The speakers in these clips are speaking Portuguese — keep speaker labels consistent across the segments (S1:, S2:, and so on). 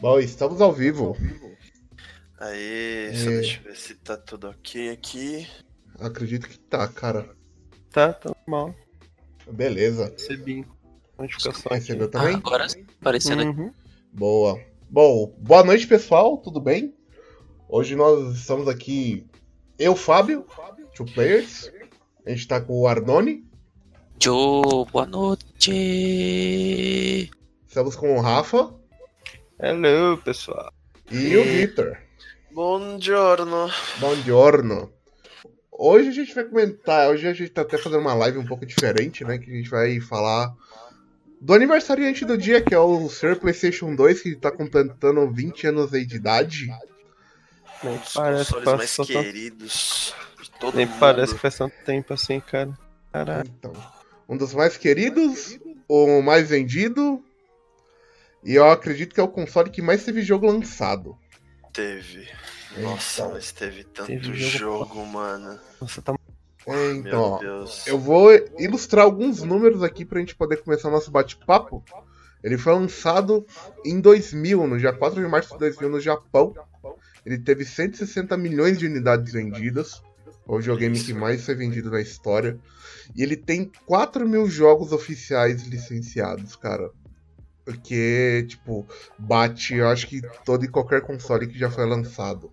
S1: Bom, estamos ao vivo.
S2: Aí,
S1: É.
S2: só deixa eu ver se tá tudo ok aqui.
S1: Acredito que tá, cara.
S3: Tá, tá normal.
S1: Beleza.
S3: Recebi notificação aqui.
S1: Recebeu também?
S4: Agora sim, aparecendo
S2: Hum.
S4: aqui.
S3: Uhum.
S1: Boa. Bom, boa noite, pessoal. Tudo bem? Hoje nós estamos aqui. Eu, Fábio, Two Players. A gente tá com o Arnone.
S4: Joe, boa noite.
S1: Estamos com o Rafa
S3: Hello, pessoal.
S1: e o Victor.
S2: Bom giorno.
S1: Bom giorno. Hoje a gente vai comentar. Hoje a gente tá até fazendo uma live um pouco diferente, né? Que a gente vai falar do aniversariante do dia, que é o Sr. PlayStation 2, que tá completando 20 anos aí de idade.
S3: Nem
S2: Os
S3: parece que
S2: consoles mais
S3: passou tanto...
S2: queridos de todo
S3: Nem
S2: mundo.
S3: parece que faz tanto tempo assim, cara. Caralho.
S1: Então, um dos mais queridos, o mais vendido. E eu acredito que é o console que mais teve jogo lançado.
S2: Teve. Nossa,
S1: Então.
S2: mas teve tanto
S3: Teve
S2: jogo,
S3: jogo
S2: mano.
S3: Você tá
S1: É,
S2: Meu
S1: Então, ó,
S2: Deus.
S1: eu vou ilustrar alguns números aqui pra gente poder começar o nosso bate-papo. Ele foi lançado em 2000, no dia 4 de março de 2000, no Japão. Ele teve 160 milhões de unidades vendidas. O videogame que mais foi vendido na história. E ele tem 4 mil jogos oficiais licenciados, cara. Porque, tipo, bate, eu acho que todo e qualquer console que já foi lançado.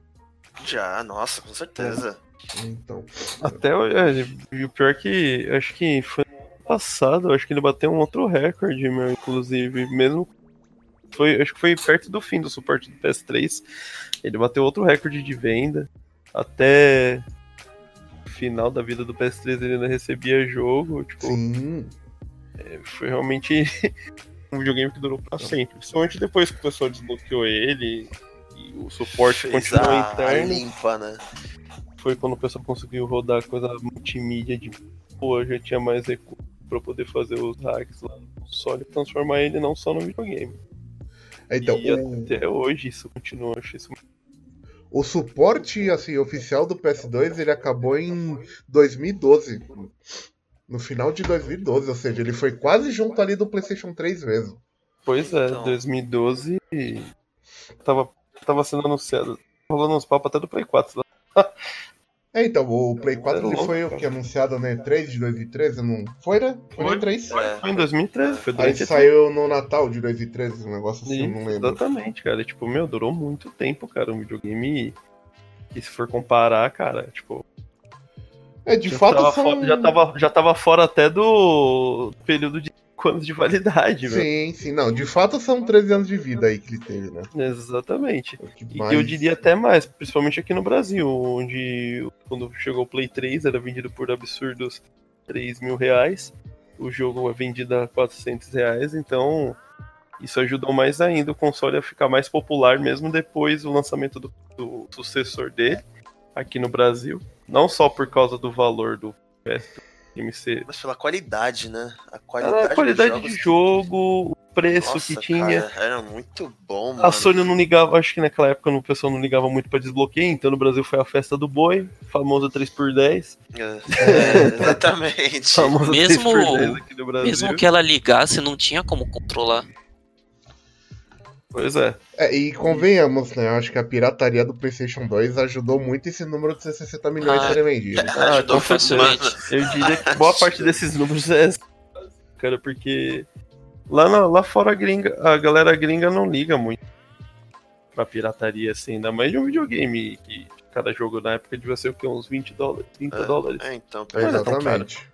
S2: Já, nossa, com certeza.
S3: É.
S1: Então,
S3: até hoje. E o pior é que acho que foi no ano passado, acho que ele bateu um outro recorde, meu, inclusive. Mesmo. Foi, acho que foi perto do fim do suporte do PS3. Ele bateu outro recorde de venda. Até o final da vida do PS3 ele ainda recebia jogo. Tipo,
S1: sim.
S3: foi realmente um videogame que durou
S2: Então.
S3: pra sempre. Principalmente depois que o pessoal desbloqueou ele e o suporte
S2: Fez
S3: continuou
S2: a, a
S3: interno.
S2: limpa, né?
S3: Foi quando o pessoal conseguiu rodar coisa multimídia de boa, já tinha mais recursos pra poder fazer os hacks lá no console e transformar ele não só no videogame.
S1: Então,
S3: e
S1: o-
S3: até hoje isso continua, eu acho isso muito
S1: O suporte assim oficial do PS2 ele acabou em 2012. No final de 2012, ou seja, ele foi quase junto ali do PlayStation 3 mesmo.
S3: Pois é,
S2: Então.
S3: 2012 tava, tava sendo anunciado. Rolando uns papos até do Play 4 lá.
S1: É, então, o Play 4 ele
S3: louco,
S1: foi o
S3: cara.
S1: que anunciado na E3 de 2013, não foi, né? Foi na E3.
S2: É.
S3: Foi em 2013, foi
S1: Aí
S3: durante a
S1: saiu no Natal de 2013, um negócio assim, eu não
S3: Isso,
S1: lembro.
S3: exatamente, cara. E, Tipo, meu, durou muito tempo, cara. Um videogame. E se for comparar, cara, tipo.
S1: É, de
S3: já,
S1: fato
S3: tava
S1: são...
S3: fo- já, tava, já tava fora até do período de 5 anos de validade, velho.
S1: Sim, sim, não, de fato são 13 anos de vida aí que ele teve, né?
S3: Exatamente.
S1: O que
S3: E
S1: mais-
S3: eu diria até mais, principalmente aqui no Brasil, onde quando chegou o Play 3 era vendido por absurdos 3 mil reais, o jogo é vendido a 400 reais, então isso ajudou mais ainda o console a ficar mais popular mesmo depois do lançamento do, do sucessor dele aqui no Brasil. Não só por causa do valor do PS MC.
S2: Mas pela qualidade, né? A qualidade,
S3: A qualidade
S2: dos
S3: de
S2: jogos-
S3: jogo, o preço
S2: Nossa,
S3: que tinha.
S2: cara, era muito bom, mano.
S3: A Sony não ligava, acho que naquela época o pessoal não ligava muito pra desbloqueio, então no Brasil foi a festa do boi, famosa 3x10.
S2: É, exatamente.
S3: Famosa
S4: Mesmo-
S3: 3x10 aqui no Brasil.
S4: Mesmo que ela ligasse, não tinha como controlar.
S3: Pois é.
S1: É, e convenhamos, né? Eu acho que a pirataria do PlayStation 2 ajudou muito esse número de 60 milhões
S4: Ah,
S1: serem vendidos.
S3: Ah, então foi
S2: facilmente.
S4: facilmente.
S3: Eu diria que boa parte desses números é essa, cara, porque lá, na- lá fora a, gringa, a galera gringa não liga muito pra pirataria, assim, ainda mais de um videogame que cada jogo na época devia ser o quê? Uns 20 dólares, 30 dólares.
S2: É, então,
S1: É,
S2: pelo menos
S1: Exatamente.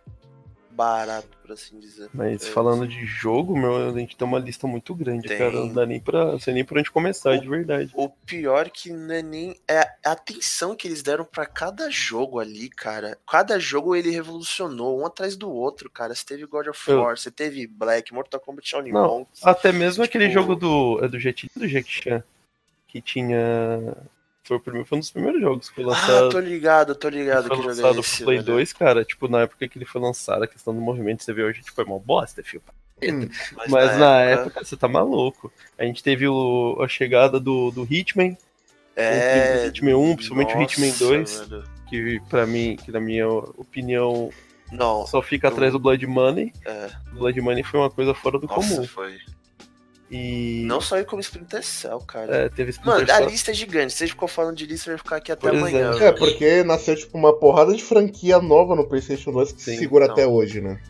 S2: barato, por assim dizer.
S3: Mas
S2: É.
S3: falando de jogo, meu, a gente tem uma lista muito grande,
S2: Tem.
S3: cara. Não dá nem pra. Não sei nem por onde começar, de verdade.
S2: O pior que não é nem. É a atenção que eles deram pra cada jogo ali, cara. Cada jogo ele revolucionou, um atrás do outro, cara. Você teve God of
S3: Eu-
S2: War, você teve Black, Mortal Kombat Shaolin
S3: Não, Ah,
S2: Monks.
S3: Até mesmo aquele
S2: Tipo-
S3: jogo do. É do Jet do Jack Chan. Que tinha. Foi, o primeiro, foi um dos primeiros jogos que foi
S2: Ah,
S3: lançado.
S2: tô ligado, tô ligado
S3: foi
S2: que jogo é
S3: lançado
S2: esse.
S3: pro Play
S2: velho.
S3: 2, cara. Tipo, na época que ele foi lançado, a questão do movimento, você vê hoje, tipo, é mó bosta, filho.
S1: Hum,
S3: Mas, na época... você tá maluco. A gente teve o- a chegada do, do Hitman,
S2: É.
S3: o Hitman 1, principalmente o Hitman
S2: nossa,
S3: 2,
S2: velho.
S3: que pra mim, que na minha opinião,
S2: Não,
S3: só fica atrás do Blood Money.
S2: é.
S3: Blood Money foi uma coisa fora do
S2: Nossa,
S3: comum.
S2: foi.
S3: E.
S2: Não só ele como Splinter Cell, cara.
S3: É, teve Splinter
S2: Mano, a
S3: Cell.
S2: lista é gigante. Se a gente for falando de lista, vai ficar aqui até
S3: Pois
S2: amanhã.
S3: é.
S1: É, porque nasceu tipo uma porrada de franquia nova no PlayStation 2 que
S3: Sim,
S1: segura
S2: então.
S1: até hoje, né?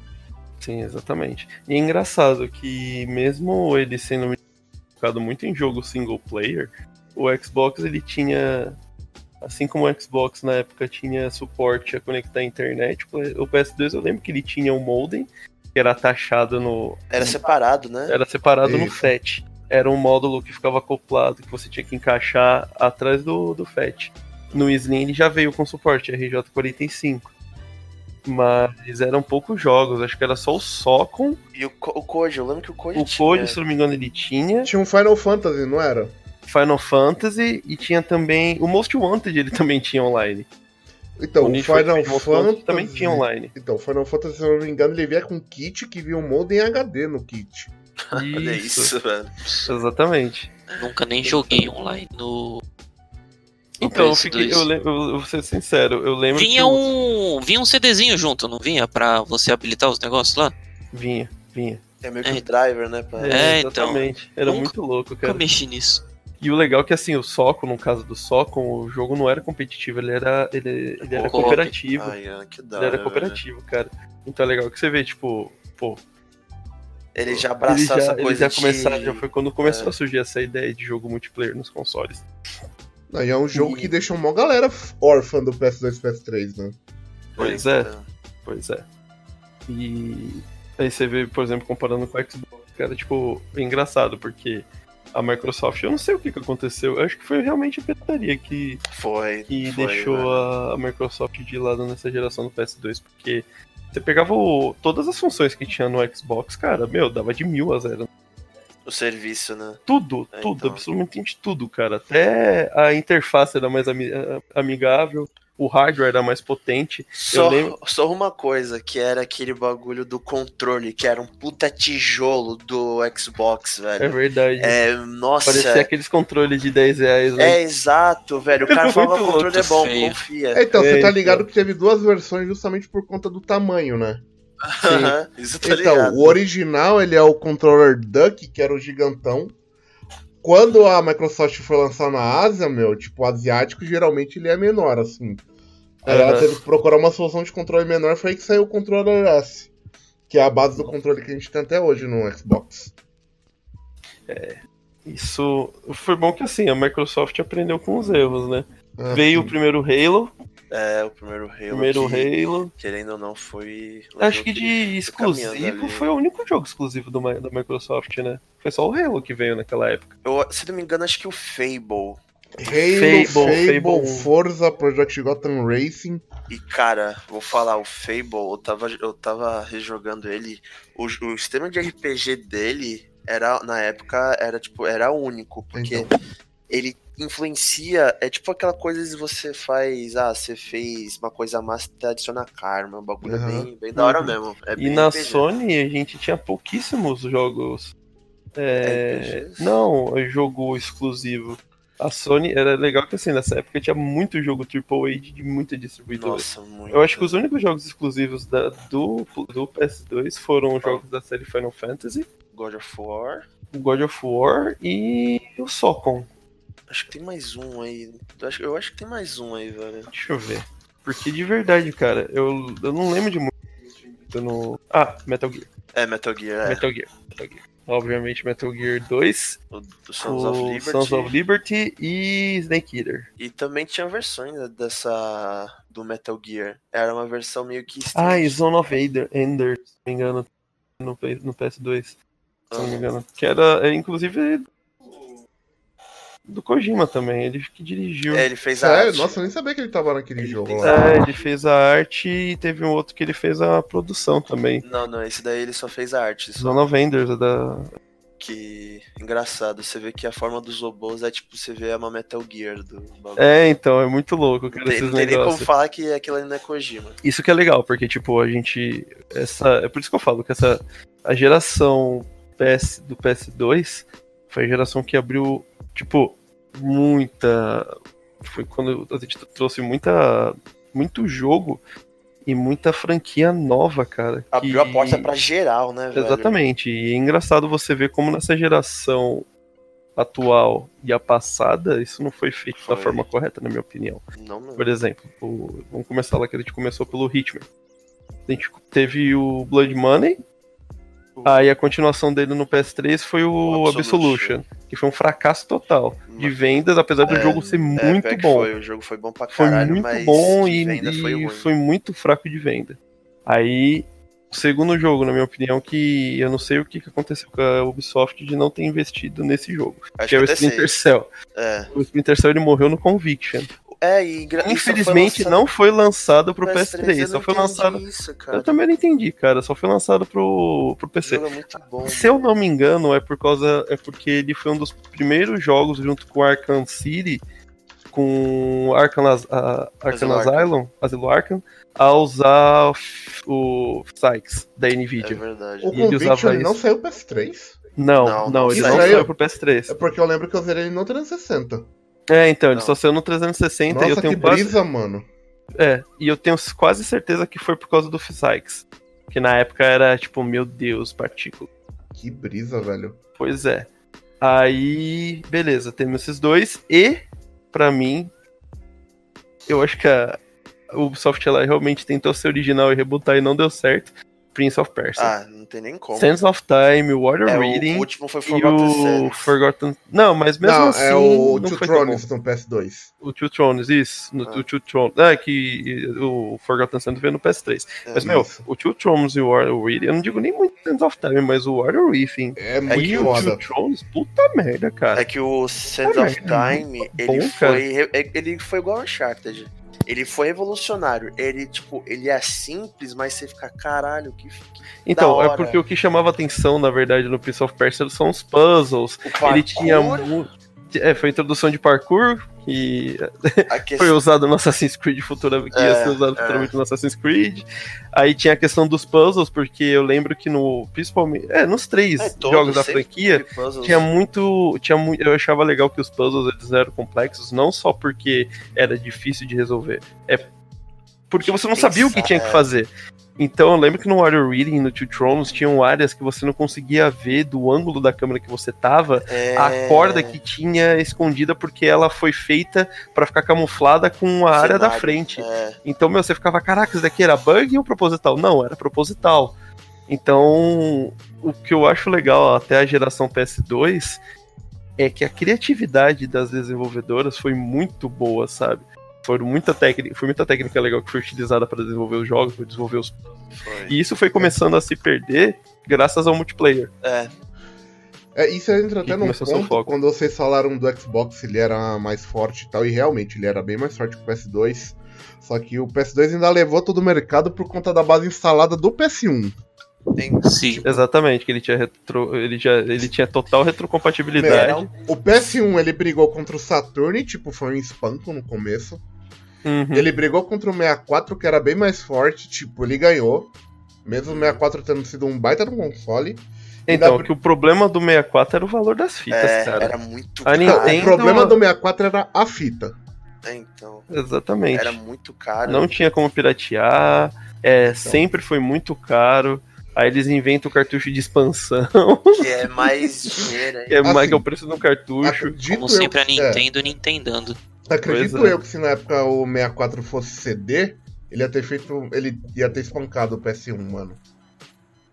S3: Sim, exatamente. E é engraçado que mesmo ele sendo focado muito em jogo single player, o Xbox ele tinha assim como o Xbox na época tinha suporte a conectar a internet, o PS2 eu lembro que ele tinha um modem que era taxado no
S2: Era separado, né?
S3: era separado no
S1: Isso.
S3: FAT. Era um módulo que ficava acoplado, que você tinha que encaixar atrás do, do FAT. No Slim ele já veio com suporte, RJ45. Mas eram poucos jogos, acho que era só o Socom.
S2: E o, Co- o Koji, eu lembro que o Koji
S3: O
S2: tinha.
S3: Code, se não me engano, ele tinha.
S1: Tinha um Final Fantasy, não era?
S3: Final Fantasy e tinha também. O Most Wanted ele também tinha online.
S1: Então, o
S3: Need for
S1: Final
S3: Speed Most
S1: Fantasy
S3: Wanted também tinha um online.
S1: Então, o Final Fantasy, se eu não me engano, ele via com kit que via um modem HD no kit.
S2: Olha isso, velho.
S3: Exatamente.
S4: Nunca nem joguei online no. no
S3: Então, eu,
S4: PS2.
S3: fiquei, eu, lem- eu- eu vou ser sincero, eu lembro que
S4: Vinha
S3: o-
S4: um. Vinha um CDzinho junto, não vinha? Pra você habilitar os negócios lá?
S3: Vinha, vinha.
S2: É meio que
S4: É.
S2: o driver, né? Pra...
S4: É. então.
S3: exatamente. Era
S4: Nunca-
S3: muito louco,
S4: Nunca
S3: cara.
S4: mexi nisso.
S3: E o legal é que assim, o Soco, no caso do Soco, o jogo não era competitivo, ele era, ele, ele era
S4: Co-op.
S3: cooperativo.
S2: Ai, é Ana, que da
S3: ele
S2: hora,
S3: era
S2: velho.
S3: cooperativo, cara. Então é legal que você vê, tipo, pô,
S2: Ele já abraçou
S3: ele já,
S2: essa
S3: ele
S2: coisa
S3: já começaram,
S2: de... é.
S3: já foi quando começou a surgir essa ideia de jogo multiplayer nos consoles.
S1: Não, e é um jogo
S3: E-
S1: que deixou uma galera f- órfã do PS2 e PS3, né?
S3: Pois é.
S2: então,
S3: Pois é. E aí você vê, por exemplo, comparando com o Xbox, cara, tipo, é engraçado, porque a Microsoft, eu não sei o que, que aconteceu, eu acho que foi realmente a pirataria que,
S2: Foi.
S3: que
S2: foi, né,
S3: deixou
S2: velho.
S3: a- a Microsoft de lado nessa geração do PS2, porque você pegava o- todas as funções que tinha no Xbox, cara, meu, dava de mil a zero.
S2: o serviço, né?
S3: Tudo,
S2: É,
S3: tudo,
S2: então.
S3: absolutamente tudo, cara. Até a interface era mais ami- amigável, o hardware era mais potente.
S2: Só,
S3: lembro-
S2: só uma coisa, que era aquele bagulho do controle, que era um puta tijolo do Xbox,
S3: É
S2: velho.
S3: verdade.
S2: É, nossa.
S3: Parecia aqueles controles de 10 reais né? lá
S2: É exato, velho. O cara
S3: Muito
S2: falava o controle
S4: louco,
S2: é bom,
S4: feio.
S1: É,
S2: confia.
S1: então,
S3: É,
S1: você tá
S3: então.
S1: ligado que teve duas versões justamente por conta do tamanho, né?
S2: Aham, Isso tá
S1: então,
S2: ligado.
S1: o original, ele é o controller Duck, que era o gigantão. Quando a Microsoft foi lançar na Ásia, meu, tipo, o asiático, geralmente ele é menor, assim. Aí ela
S3: Aham.
S1: teve que procurar uma solução de controle menor, foi aí que saiu o controller S. Que é a base do controle que a gente tem até hoje no Xbox.
S3: Isso foi bom que assim, a Microsoft aprendeu com os erros, né?
S1: Ah,
S3: Veio o
S1: sim.
S3: primeiro Halo,
S2: É, o primeiro Halo.
S3: primeiro
S2: que,
S3: Halo.
S2: Querendo ou não, foi. um
S3: Acho
S2: jogo
S3: que de
S2: caminhando
S3: exclusivo
S2: ali.
S3: foi o único jogo exclusivo do, Mi- da Microsoft, né? Foi só o Halo que veio naquela época.
S2: Eu, se não me engano, acho que o Fable.
S1: Halo,
S3: Fable,
S1: Fable,
S3: Fable.
S1: Forza, Project Gotham Racing.
S2: E cara, vou falar, o Fable, eu tava, eu tava rejogando ele. O, o sistema de RPG dele era, na época, era tipo, era único, porque
S1: Então.
S2: ele influencia. É tipo aquela coisa de você faz. Ah, você fez uma coisa massa e adiciona karma. Um bagulho é
S1: Aham.
S2: bem, bem da hora
S3: Uhum.
S2: mesmo. É
S3: E
S2: bem
S3: na
S2: RPG.
S3: Sony a gente tinha pouquíssimos jogos. É...
S2: RPGs?
S3: Não, jogo exclusivo. A Sony era legal que assim, nessa época tinha muito jogo AAA de muita distribuidora.
S2: Nossa, é. muito.
S3: Eu acho que os únicos jogos exclusivos da- do, do PS2 foram os jogos da série Final Fantasy,
S2: God of War.
S3: o God of War e o Socom.
S2: Acho que tem mais um aí. Eu acho, eu acho que tem mais um aí, velho.
S3: Deixa eu ver. Porque de verdade, cara, eu, eu não lembro de muito. Eu não- Ah, Metal Gear.
S2: É, Metal Gear, é.
S3: Metal Gear. Metal Gear. Obviamente Metal Gear 2,
S2: O, do Sons of
S3: o
S2: Liberty.
S3: Sons of Liberty e Snake Eater.
S2: E também tinha versões né, dessa. do Metal Gear. Era uma versão meio que.
S3: Ah, e Zone of Ender, Ender se não me engano, no, P- no PS2, se não me engano. Que era, é, inclusive, do Kojima também, ele que dirigiu.
S2: É, ele fez a.
S1: Sério?
S2: arte.
S1: Nossa, eu nem sabia que ele tava naquele
S2: Ele
S1: jogo
S2: tem-
S1: lá.
S3: É, ele fez a arte e teve um outro que ele fez a produção também.
S2: Não, não, esse daí ele só fez a arte. Só
S3: Zona Vendors, é da.
S2: que. Engraçado, você vê que a forma dos robôs é tipo, você vê uma Metal Gear do bagulho.
S3: É, então, é muito louco, cara,
S2: Tem-
S3: esses
S2: não tem nem como
S3: negócios.
S2: falar que aquilo ali não é Kojima.
S3: Isso que é legal, porque, tipo, a gente. Essa. É por isso que eu falo que essa. A geração PS, do PS2 foi a geração que abriu, tipo, muita. Foi quando a gente trouxe muita. Muito jogo e muita franquia nova, cara.
S2: Abriu
S3: que-
S2: a porta pra geral, né, velho?
S3: Exatamente. E é engraçado você ver como nessa geração atual e a passada, isso não foi feito da
S2: Foi.
S3: forma correta, na minha opinião.
S2: Não, não.
S3: Por exemplo, o- vamos começar lá que a gente começou pelo Hitman. A gente teve o Blood Money, aí a continuação dele no PS3 foi o
S2: Absolution.
S3: Absolution, que foi um fracasso total de
S2: Mas-
S3: vendas, apesar do
S2: É,
S3: jogo ser
S2: é,
S3: muito
S2: pior que
S3: bom.
S2: Foi, o jogo foi bom pra
S3: Foi
S2: caralho,
S3: muito
S2: mas
S3: bom
S2: de
S3: e,
S2: venda
S3: e
S2: foi ruim.
S3: muito fraco de venda. Aí, o segundo jogo, na minha opinião, que eu não sei o que que aconteceu com a Ubisoft de não ter investido nesse jogo.
S2: Acho
S3: que é o
S2: até sei.
S3: Splinter Cell.
S2: É.
S3: O Splinter Cell ele morreu no Conviction.
S2: É, e engra- isso foi
S3: Infelizmente,
S2: lançado
S3: não foi lançado pro
S2: no
S3: PS3,
S2: eu
S3: só
S2: não
S3: foi
S2: entendi
S3: lançado.
S2: Isso, cara.
S3: Eu também não entendi, cara. Só foi lançado pro, pro
S2: O
S3: PC.
S2: jogo é muito bom.
S3: Se eu não me engano, é por causa. É porque ele foi um dos primeiros jogos junto com Arkham City, com Arkham, As- a- Arkham
S2: Asilo Arkham.
S3: Asylum, Asilo Arkham, a usar o F- o Sykes da
S2: É
S3: Nvidia.
S2: verdade.
S1: O
S3: E ele
S1: Conviction
S3: usava
S1: ele não
S3: isso.
S1: saiu PS3?
S3: Não,
S2: Não,
S3: não,
S2: não
S3: ele
S1: saiu.
S3: não saiu pro PS3.
S1: É porque eu lembro que eu zerei ele no 360.
S3: É, então, ele
S2: Não.
S3: só saiu no 360 e
S1: Nossa,
S3: eu
S1: que
S3: tenho quase.
S1: brisa, mano.
S3: É, e eu tenho quase certeza que foi por causa do Sykes. Que na época era tipo, meu Deus, partícula.
S1: Que brisa, velho.
S3: Pois é. Aí, beleza, temos esses dois. E, pra mim, eu acho que a a Ubisoft ela realmente tentou ser original e rebutar e não deu certo. Prince of Persia.
S2: Ah, não tem nem como.
S3: Sands of Time, Water
S2: É, o
S3: Reading
S2: último foi
S3: e
S2: Forgotten
S3: o
S2: Sands.
S3: Forgotten. Não, mas mesmo
S1: não,
S3: assim.
S1: é o
S3: não
S1: Two
S3: foi tão
S1: Thrones no PS2.
S3: bom. O Two Thrones, isso. No
S2: Ah.
S3: Two, Two Thrones. Ah, que eh, o Forgotten Sands veio no PS3.
S2: É.
S3: Mas, meu,
S1: Isso.
S3: o Two Thrones e o Water Reading, eu não digo nem muito Sands of Time, mas o Water Reading
S1: É
S3: é que
S1: muito
S3: o Two
S1: foda.
S3: Thrones, puta merda, cara.
S2: É que o Sands
S3: Cara,
S2: of Time,
S3: é
S2: ele
S3: bom, cara.
S2: foi. re- é- Ele foi igual a Uncharted. Ele foi revolucionário. Ele, tipo, ele é simples, mas você fica, caralho, que. que-
S3: Então,
S2: da
S3: é
S2: hora.
S3: porque o que chamava atenção, na verdade, no Prince of Persia são os puzzles.
S2: O parkour,
S3: Ele tinha muito. É, foi a introdução de parkour, que
S2: a questão-
S3: foi usado no Assassin's Creed futura, que ia
S2: É,
S3: ser usado
S2: é.
S3: futuramente no Assassin's Creed. Aí tinha a questão dos puzzles, porque eu lembro que no. Principalmente. É, nos três
S2: É, todos
S3: jogos da
S2: sempre
S3: franquia,
S2: de puzzles.
S3: tinha muito, tinha muito, eu achava legal que os puzzles eles eram complexos, não só porque era difícil de resolver, é porque você não
S2: Pensar,
S3: sabia o que tinha que
S2: é.
S3: fazer. Então eu lembro que no Water Reading e no Two Thrones tinham áreas que você não conseguia ver do ângulo da câmera que você tava
S2: É,
S3: a corda que tinha escondida porque ela foi feita pra ficar camuflada com a área da
S2: cenário,
S3: frente.
S2: é.
S3: Então, meu, você ficava, caraca, isso daqui era bug ou proposital? Não, era proposital. Então, o que eu acho legal até a geração PS2 é que a criatividade das desenvolvedoras foi muito boa, sabe? Foi muita técnica, foi muita técnica legal que foi utilizada para desenvolver os jogos, para desenvolver os.
S2: Foi.
S3: E isso foi começando a se perder graças ao multiplayer.
S2: É,
S1: É, isso entra até
S3: E
S1: num
S3: começou seu
S1: ponto,
S3: foco.
S1: quando vocês falaram do Xbox, ele era mais forte e tal, e realmente ele era bem mais forte que o PS2. Só que o PS2 ainda levou todo o mercado por conta da base instalada do PS1.
S2: tem-
S4: Sim.
S3: Exatamente, que ele tinha retro, ele já, ele tinha total retrocompatibilidade.
S2: Meu,
S1: O PS1 ele brigou contra o Saturn, e, tipo, foi um espanco no começo.
S3: Uhum.
S1: Ele brigou contra o 64, que era bem mais forte, tipo, ele ganhou. Mesmo o 64 tendo sido um baita no console.
S3: Então,
S1: dá-
S3: que o problema do 64 era o valor das fitas,
S2: é,
S3: cara.
S2: era muito
S3: A
S1: Não,
S3: Nintendo-
S1: o problema do 64 era a fita.
S2: É, então.
S3: Exatamente.
S2: Era muito caro.
S3: Não tinha como piratear, é,
S1: Então.
S3: sempre foi muito caro. Aí eles inventam o cartucho de expansão,
S2: Que é mais dinheiro né?
S3: que é
S2: aí.
S3: mais
S1: Assim,
S3: que é o preço do cartucho.
S1: Acredito
S4: Como
S1: eu-
S4: sempre,
S3: é.
S4: a Nintendo nintendando.
S1: É, acredito
S3: Pois é.
S1: eu que se na época o 64 fosse CD, ele ia ter feito. Ele ia ter espancado o PS1, mano.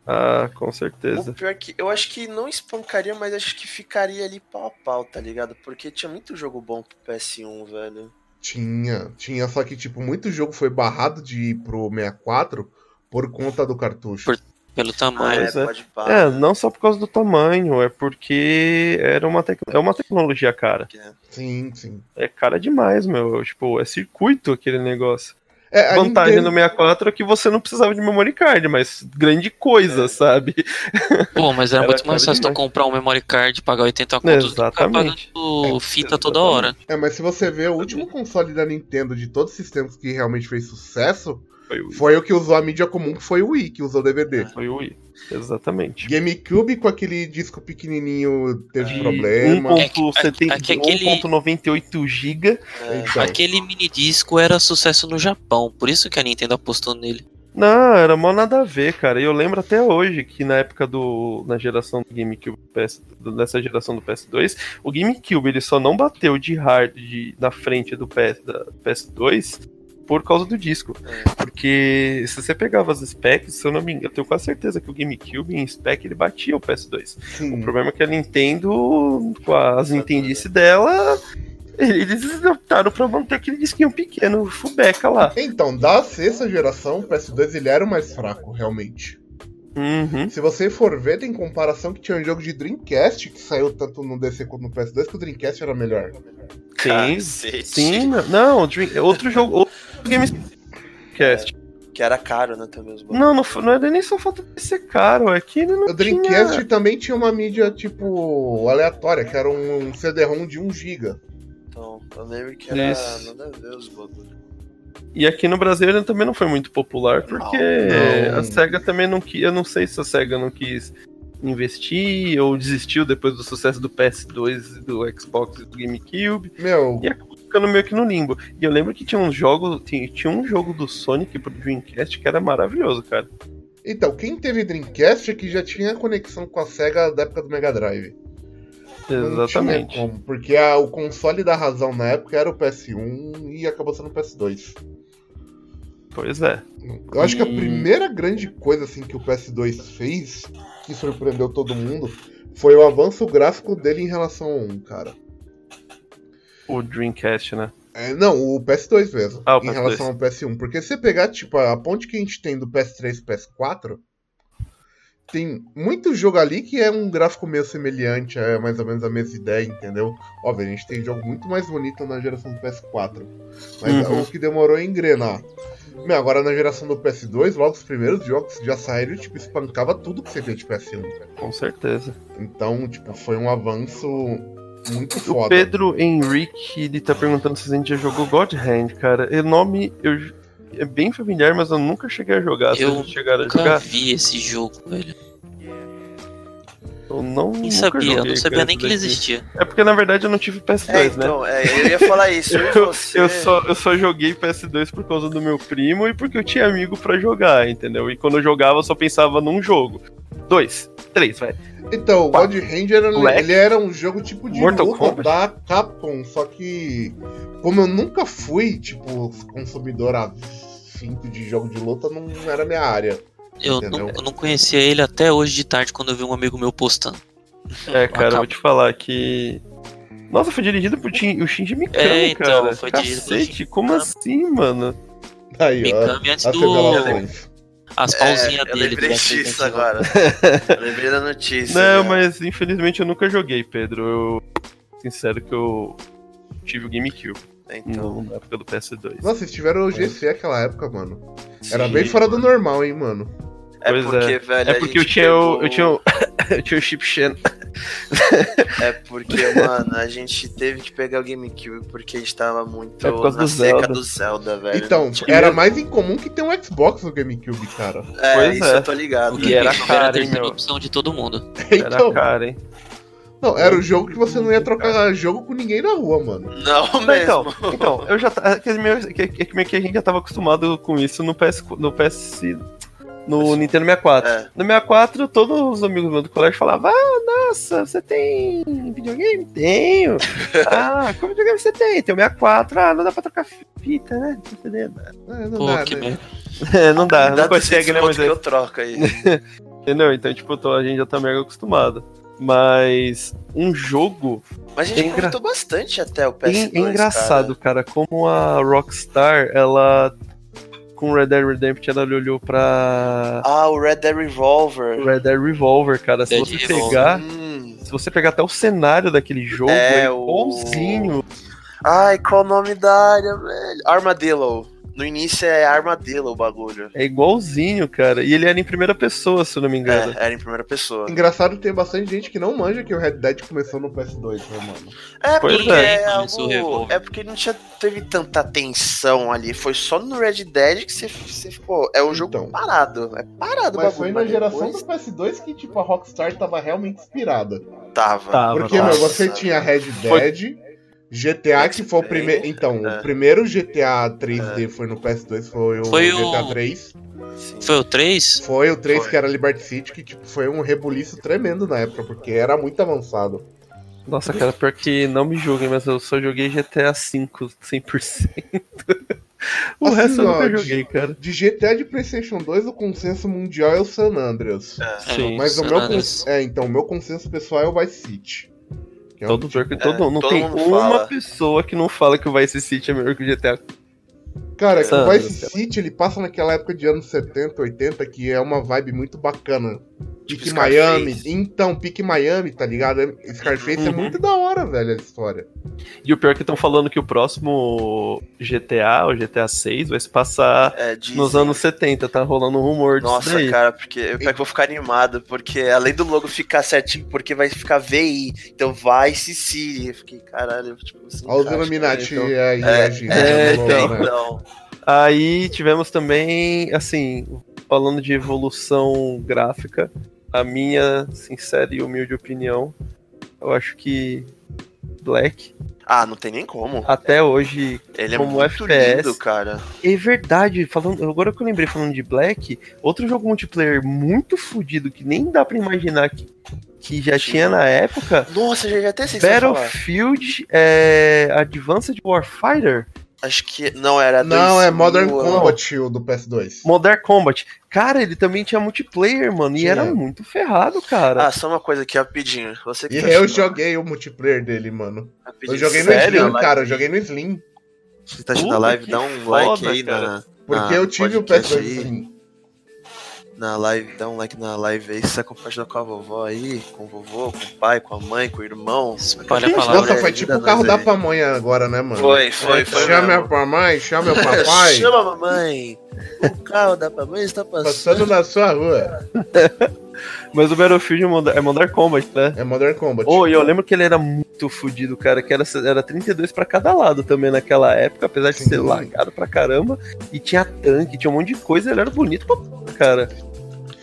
S3: Ah, com
S2: O
S3: certeza.
S2: pior é que eu acho que não espancaria, mas acho que ficaria ali pau a pau, tá ligado? Porque tinha muito jogo bom pro PS1, velho.
S1: Tinha, tinha, só que, tipo, muito jogo foi barrado de ir pro 64 por conta do cartucho.
S4: Por- Pelo tamanho.
S3: Pois é.
S2: pode
S1: Ah.
S2: pá,
S3: É, não só por causa do tamanho, é porque era uma tec- é uma tecnologia cara.
S2: que é.
S1: Sim, sim.
S3: É cara demais, meu. Tipo, é circuito aquele negócio.
S1: É, a
S3: Vantagem do
S1: Nintendo-
S3: 64 é que você não precisava de memory card, mas grande coisa,
S2: É.
S3: sabe?
S4: Pô, mas era,
S3: Era
S4: muito mais
S3: caro
S4: fácil tu
S3: demais.
S4: comprar um memory card, pagar 80 contos, do que ficar
S3: Exatamente.
S4: pagando fita toda hora.
S1: É, mas se você ver, o último console da Nintendo de todos os sistemas que realmente fez sucesso
S3: Foi o Wii.
S1: Foi o que usou a mídia comum, que foi o Wii, que usou o DVD.
S3: Foi o Wii. Exatamente.
S1: GameCube com aquele disco pequenininho teve
S3: De
S1: problema.
S4: É que- é que aquele-
S3: 1.98 GB.
S2: É,
S1: Então,
S4: Aquele mini disco era sucesso no Japão, por isso que a Nintendo apostou nele.
S3: Não, era mó nada a ver, cara. E eu lembro até hoje que na época do. Na geração do GameCube PS, nessa geração do PS2, o GameCube ele só não bateu de hard de- na frente do PS, da PS2 por causa do disco. Porque se você pegava as specs, se eu não me engano, eu tenho quase certeza que o GameCube em spec ele batia o PS2. O
S1: sim.
S3: problema é que a Nintendo, com as entendice dela, eles optaram pra manter aquele disquinho pequeno, fubeca lá.
S1: Então, da sexta geração, o PS2 ele era o mais fraco, realmente.
S3: Uhum.
S1: Se você for ver, tem comparação que tinha um jogo de Dreamcast que saiu tanto no DC quanto no PS2, que o Dreamcast era melhor.
S3: Sim,
S2: Cacete.
S3: sim. meu- Não, o Dream- é outro jogo, outro Gamecast.
S2: Que era caro, né, também os bagulhos.
S3: Não, não, foi- não era nem só falta de ser caro, é que ele não
S1: O Dreamcast também tinha uma mídia, tipo, aleatória, que era um CD-ROM de 1GB.
S2: Então, eu lembro que era
S3: Isso.
S2: nada a ver os bagulhos.
S3: E aqui no Brasil ele também não foi muito popular, porque
S1: não.
S3: a SEGA também não quis. Eu não sei se a SEGA não quis investir ou desistiu depois do sucesso do PS2, e do Xbox e do GameCube.
S1: Meu,
S3: E acabou ficando meio que no limbo. E eu lembro que tinha uns jogos. Tinha, tinha um jogo do Sonic pro Dreamcast que era maravilhoso, cara.
S1: então, quem teve Dreamcast é que já tinha conexão com a SEGA da época do Mega Drive. Não tinha
S3: Exatamente.
S1: como, porque a- o console da razão na época era o PS1 e acabou sendo o PS2.
S3: Pois é.
S1: Eu acho que a
S3: E-
S1: primeira grande coisa assim que o PS2 fez, que surpreendeu todo mundo, foi o avanço gráfico dele em relação ao 1, cara.
S3: O Dreamcast, né?
S1: É, não, o PS2 mesmo,
S3: Ah, o
S1: em
S3: PS2.
S1: relação ao PS1. Porque se você pegar, tipo, a ponte que a gente tem do PS3 e PS4, tem muito jogo ali que é um gráfico meio semelhante, é mais ou menos a mesma ideia, entendeu? Óbvio, a gente tem jogo muito mais bonito na geração do PS4. Mas
S3: Uhum.
S1: é o que demorou a engrenar. Meu, agora na geração do PS2, logo os primeiros jogos já saíram e, tipo, espancava tudo que você vê de PS1.
S3: Com certeza.
S1: Então, tipo, foi um avanço muito
S3: O
S1: foda.
S3: Pedro Henrique, ele tá perguntando se a gente já jogou God Hand, cara. O nome eu- é bem familiar, mas eu nunca cheguei a jogar. Se
S4: Eu
S3: vocês chegaram a
S4: Nunca
S3: jogar,
S4: vi esse jogo, velho.
S3: eu não
S4: Nem
S3: nunca
S4: sabia, eu
S3: joguei,
S4: não sabia
S3: cara,
S4: nem
S3: isso
S4: que ele
S3: daqui.
S4: existia.
S3: É porque, na verdade, eu não tive PS2,
S2: É,
S3: né?
S2: então, é, eu ia falar isso. eu e
S3: Eu,
S2: você-
S3: eu só, eu só joguei PS2 por causa do meu primo e porque eu tinha amigo pra jogar, entendeu? E quando eu jogava, eu só pensava num jogo. Dois, três, vai.
S1: Então, o
S3: Pá.
S1: God Hand era,
S3: Black.
S1: ele era um jogo tipo de
S3: Mortal
S1: luta
S3: Kombat.
S1: da Capcom, só que como eu nunca fui, tipo, consumidor afinto de jogo de luta, não era minha área.
S4: Eu
S1: Entendeu?
S4: não, eu não conhecia ele até hoje de tarde quando eu vi um amigo meu postando.
S3: É, cara, eu
S4: Acabou.
S3: vou te falar que. Nossa, foi dirigido por Shin- o Shinji Mikami,
S4: É, então,
S3: cara.
S4: foi dirigido por
S3: Cacete,
S4: Shinji
S3: como
S4: Mikami.
S3: assim, mano?
S1: Aí, ó.
S4: Mikami antes
S1: As
S4: do.
S1: revelações.
S4: As
S2: É,
S4: pauzinhas
S2: eu
S4: dele.
S2: lembrei
S4: do um. Resident
S2: disso
S4: Evil.
S2: agora. Eu lembrei da notícia.
S3: Não,
S2: né?
S3: mas infelizmente eu nunca joguei, Pedro. Eu. Sincero que eu tive o GameCube
S2: Então,
S3: no- na época do PS2.
S1: Nossa, eles tiveram o GC naquela época, mano. Era
S3: Sim.
S1: bem fora do normal, hein, mano.
S2: é
S3: Pois
S2: porque,
S3: é.
S2: velho.
S3: É
S2: a
S3: porque eu
S2: gente
S3: tinha o.
S2: pegou-
S3: Eu tinha o. eu tinha o Chip Shen.
S2: É porque, mano, a gente teve que pegar o GameCube porque a gente tava muito
S3: É por causa
S2: na
S3: do
S2: seca
S3: Zelda.
S2: do Zelda, velho.
S1: Então,
S3: tinha
S1: era
S3: mesmo.
S1: mais incomum que ter um Xbox no GameCube, cara.
S2: é,
S3: pois
S2: isso
S3: é.
S2: eu tô ligado.
S4: O
S3: E era
S4: Game Over
S3: caro,
S4: era
S3: hein,
S4: a terceira
S3: meu?
S4: opção de todo mundo.
S3: Era
S1: Então,
S3: cara, hein?
S1: não, era o jogo que você não ia trocar jogo com ninguém na rua, mano.
S2: Não,
S3: Não,
S2: mesmo.
S3: então, então, eu já. ta- é que meio que, é que meio que a gente já tava acostumado com isso no PS. No PS. No Nintendo 64.
S2: É.
S3: No 64, todos os amigos meus do colégio falavam: Ah, nossa, você tem videogame? Tenho. ah, qual videogame você tem? Tem o 64. Ah, não dá pra trocar fita, né? Não sei nem nada."
S1: É, não
S4: Pô,
S1: dá,
S4: que
S1: né?
S4: merda.
S3: É, não dá, não
S2: Dá
S3: consegue, né?
S2: 300
S3: Mas
S2: conto que eu troco aí.
S3: Entendeu? Então, tipo, eu tô- a gente já tá mega acostumado. Mas um jogo
S2: Mas a gente
S3: É engra-
S2: comentou bastante até o
S3: é
S2: PS2,
S3: é engraçado, cara. como a Rockstar, ela com Red Dead Redemption, ela olhou pra
S2: cara. Ah, o Red Dead Revolver.
S3: Red Dead Revolver, cara. Se
S4: Dead
S3: você
S4: Revolver.
S3: pegar,
S2: Hum.
S3: se você pegar até o cenário daquele jogo,
S2: É,
S3: é
S2: o-
S3: bonzinho.
S2: Ai, qual o nome da área, velho? Armadillo. No início é armadilha o bagulho.
S3: É igualzinho, cara. E ele era em primeira pessoa, se eu não me engano.
S2: É, era em primeira pessoa.
S1: Engraçado que tem bastante gente que não manja que o Red Dead começou no PS2, né, mano?
S2: É
S3: Pois
S2: porque
S3: é.
S2: é,
S4: Começou o
S2: algo,
S4: revólver.
S2: é porque não tinha, teve tanta tensão ali. Foi só no Red Dead que você, você ficou. É um jogo
S1: Então.
S2: parado. É parado o
S1: Mas
S2: bagulho.
S1: foi na
S2: mas
S1: geração
S2: depois
S1: do PS2 que, tipo, a Rockstar tava realmente inspirada.
S2: Tava.
S3: Tava,
S1: Porque,
S3: tava.
S1: meu, você
S2: Nossa.
S1: tinha Red Dead, GTA, que foi o primeiro. Então,
S2: É.
S1: o primeiro GTA 3D foi no PS2, foi o
S4: Foi o-
S1: GTA 3.
S2: Sim.
S4: Foi o 3?
S1: Foi o 3
S2: Foi.
S1: que era Liberty City, que tipo, foi um rebuliço tremendo na época, porque era muito avançado.
S3: Nossa, cara, pior que não me julguem, mas eu só joguei GTA V 100%. o
S1: Assim,
S3: resto eu nunca
S1: ó,
S3: joguei, cara.
S1: De GTA de PlayStation 2, o consenso mundial é o San Andreas.
S2: É.
S3: Sim.
S1: Mas o
S4: San
S1: meu
S4: Andreas.
S1: cons- é, então, o meu consenso pessoal é o Vice City. Que é um-
S3: Todo, pior que todo, não
S2: né, todo
S3: tem
S2: mundo
S3: uma
S2: fala.
S3: pessoa que não fala que o Vice City é melhor que o GTA.
S1: Cara, que o
S3: San
S1: Vice
S3: Andreas.
S1: City ele passa naquela época de anos 70, 80, que é uma vibe muito bacana.
S2: Tipo
S1: Pique
S2: Scarface.
S1: Miami. Então, Pique Miami, tá ligado? Scarface é
S3: Uhum.
S1: muito da hora, velho, a história.
S3: E o pior é que estão falando que o próximo GTA, o GTA 6, vai se passar
S2: É, dizem.
S3: nos anos 70. Tá rolando um rumor disso
S2: Nossa,
S3: daí.
S2: cara, porque eu pior que vou ficar animado, porque além do logo ficar certinho, porque vai ficar VI, então vai Sicília. Eu fiquei, caralho, tipo assim.
S1: Olha os
S2: cara,
S1: Illuminati
S3: então.
S1: aí,
S2: É,
S1: agindo,
S3: é,
S1: tá bom,
S3: então.
S1: né?
S2: Não,
S3: Aí tivemos também, assim, falando de evolução gráfica, a minha sincera e humilde opinião, eu acho que Black,
S2: Ah, não tem nem como.
S3: até hoje.
S2: Ele é
S3: Como
S2: muito
S3: FPS.
S2: lindo, cara.
S3: É verdade, falando, agora que eu lembrei falando de Black, outro jogo multiplayer muito fodido que nem dá pra imaginar que, que já tinha na época
S2: Nossa, já, já até sei o que você vai falar.
S3: Battlefield é, Advanced Warfighter,
S2: Acho que. Não, era
S1: Não, é
S2: 2000,
S1: Modern
S2: eu-
S1: Combat o do PS2.
S3: Modern Combat. Cara, ele também tinha multiplayer, mano, e
S1: Tinha.
S3: era muito ferrado, cara.
S2: Ah, só uma coisa aqui, rapidinho. Você que
S1: E
S2: tá
S1: eu
S2: assistindo,
S1: joguei o multiplayer dele, mano.
S2: rapidinho,
S1: Eu joguei no
S3: Sério?
S1: Slim,
S2: na
S1: cara. Eu
S2: live,
S1: joguei no Slim.
S2: Você tá assistindo a
S3: Puta,
S2: live,
S3: que
S2: dá um
S3: foda,
S2: like aí na,
S3: cara.
S1: Porque
S2: Ah,
S1: eu tive o
S2: podcast
S1: PS2
S2: aí.
S1: Slim.
S2: na live, dá um like na live aí. Se você compartilhar com a vovó aí, com o vovô, com o pai, com a mãe, com o irmão.
S4: Espalha a
S2: Gente,
S4: palavra.
S1: Nossa,
S2: Olha,
S1: foi
S2: ajuda
S1: tipo o
S2: nós
S1: carro da
S2: aí. um
S1: pamonha agora, né, mano?
S2: Foi, foi, foi.
S1: Chama
S2: mesmo.
S1: a papai, chama o papai.
S2: É,
S1: tá
S2: Chama a mamãe. O carro da mamãe está passando.
S1: Passando na sua rua.
S3: Mas o Battlefield é Modern, é Modern Combat, né?
S1: É Modern Combat.
S3: Oh, e eu lembro que ele era muito fodido, cara, que era, era 32 pra cada lado também naquela época, apesar de
S1: Sim.
S3: ser largado pra caramba, e tinha tanque, tinha um monte de coisa, ele era bonito pra cara.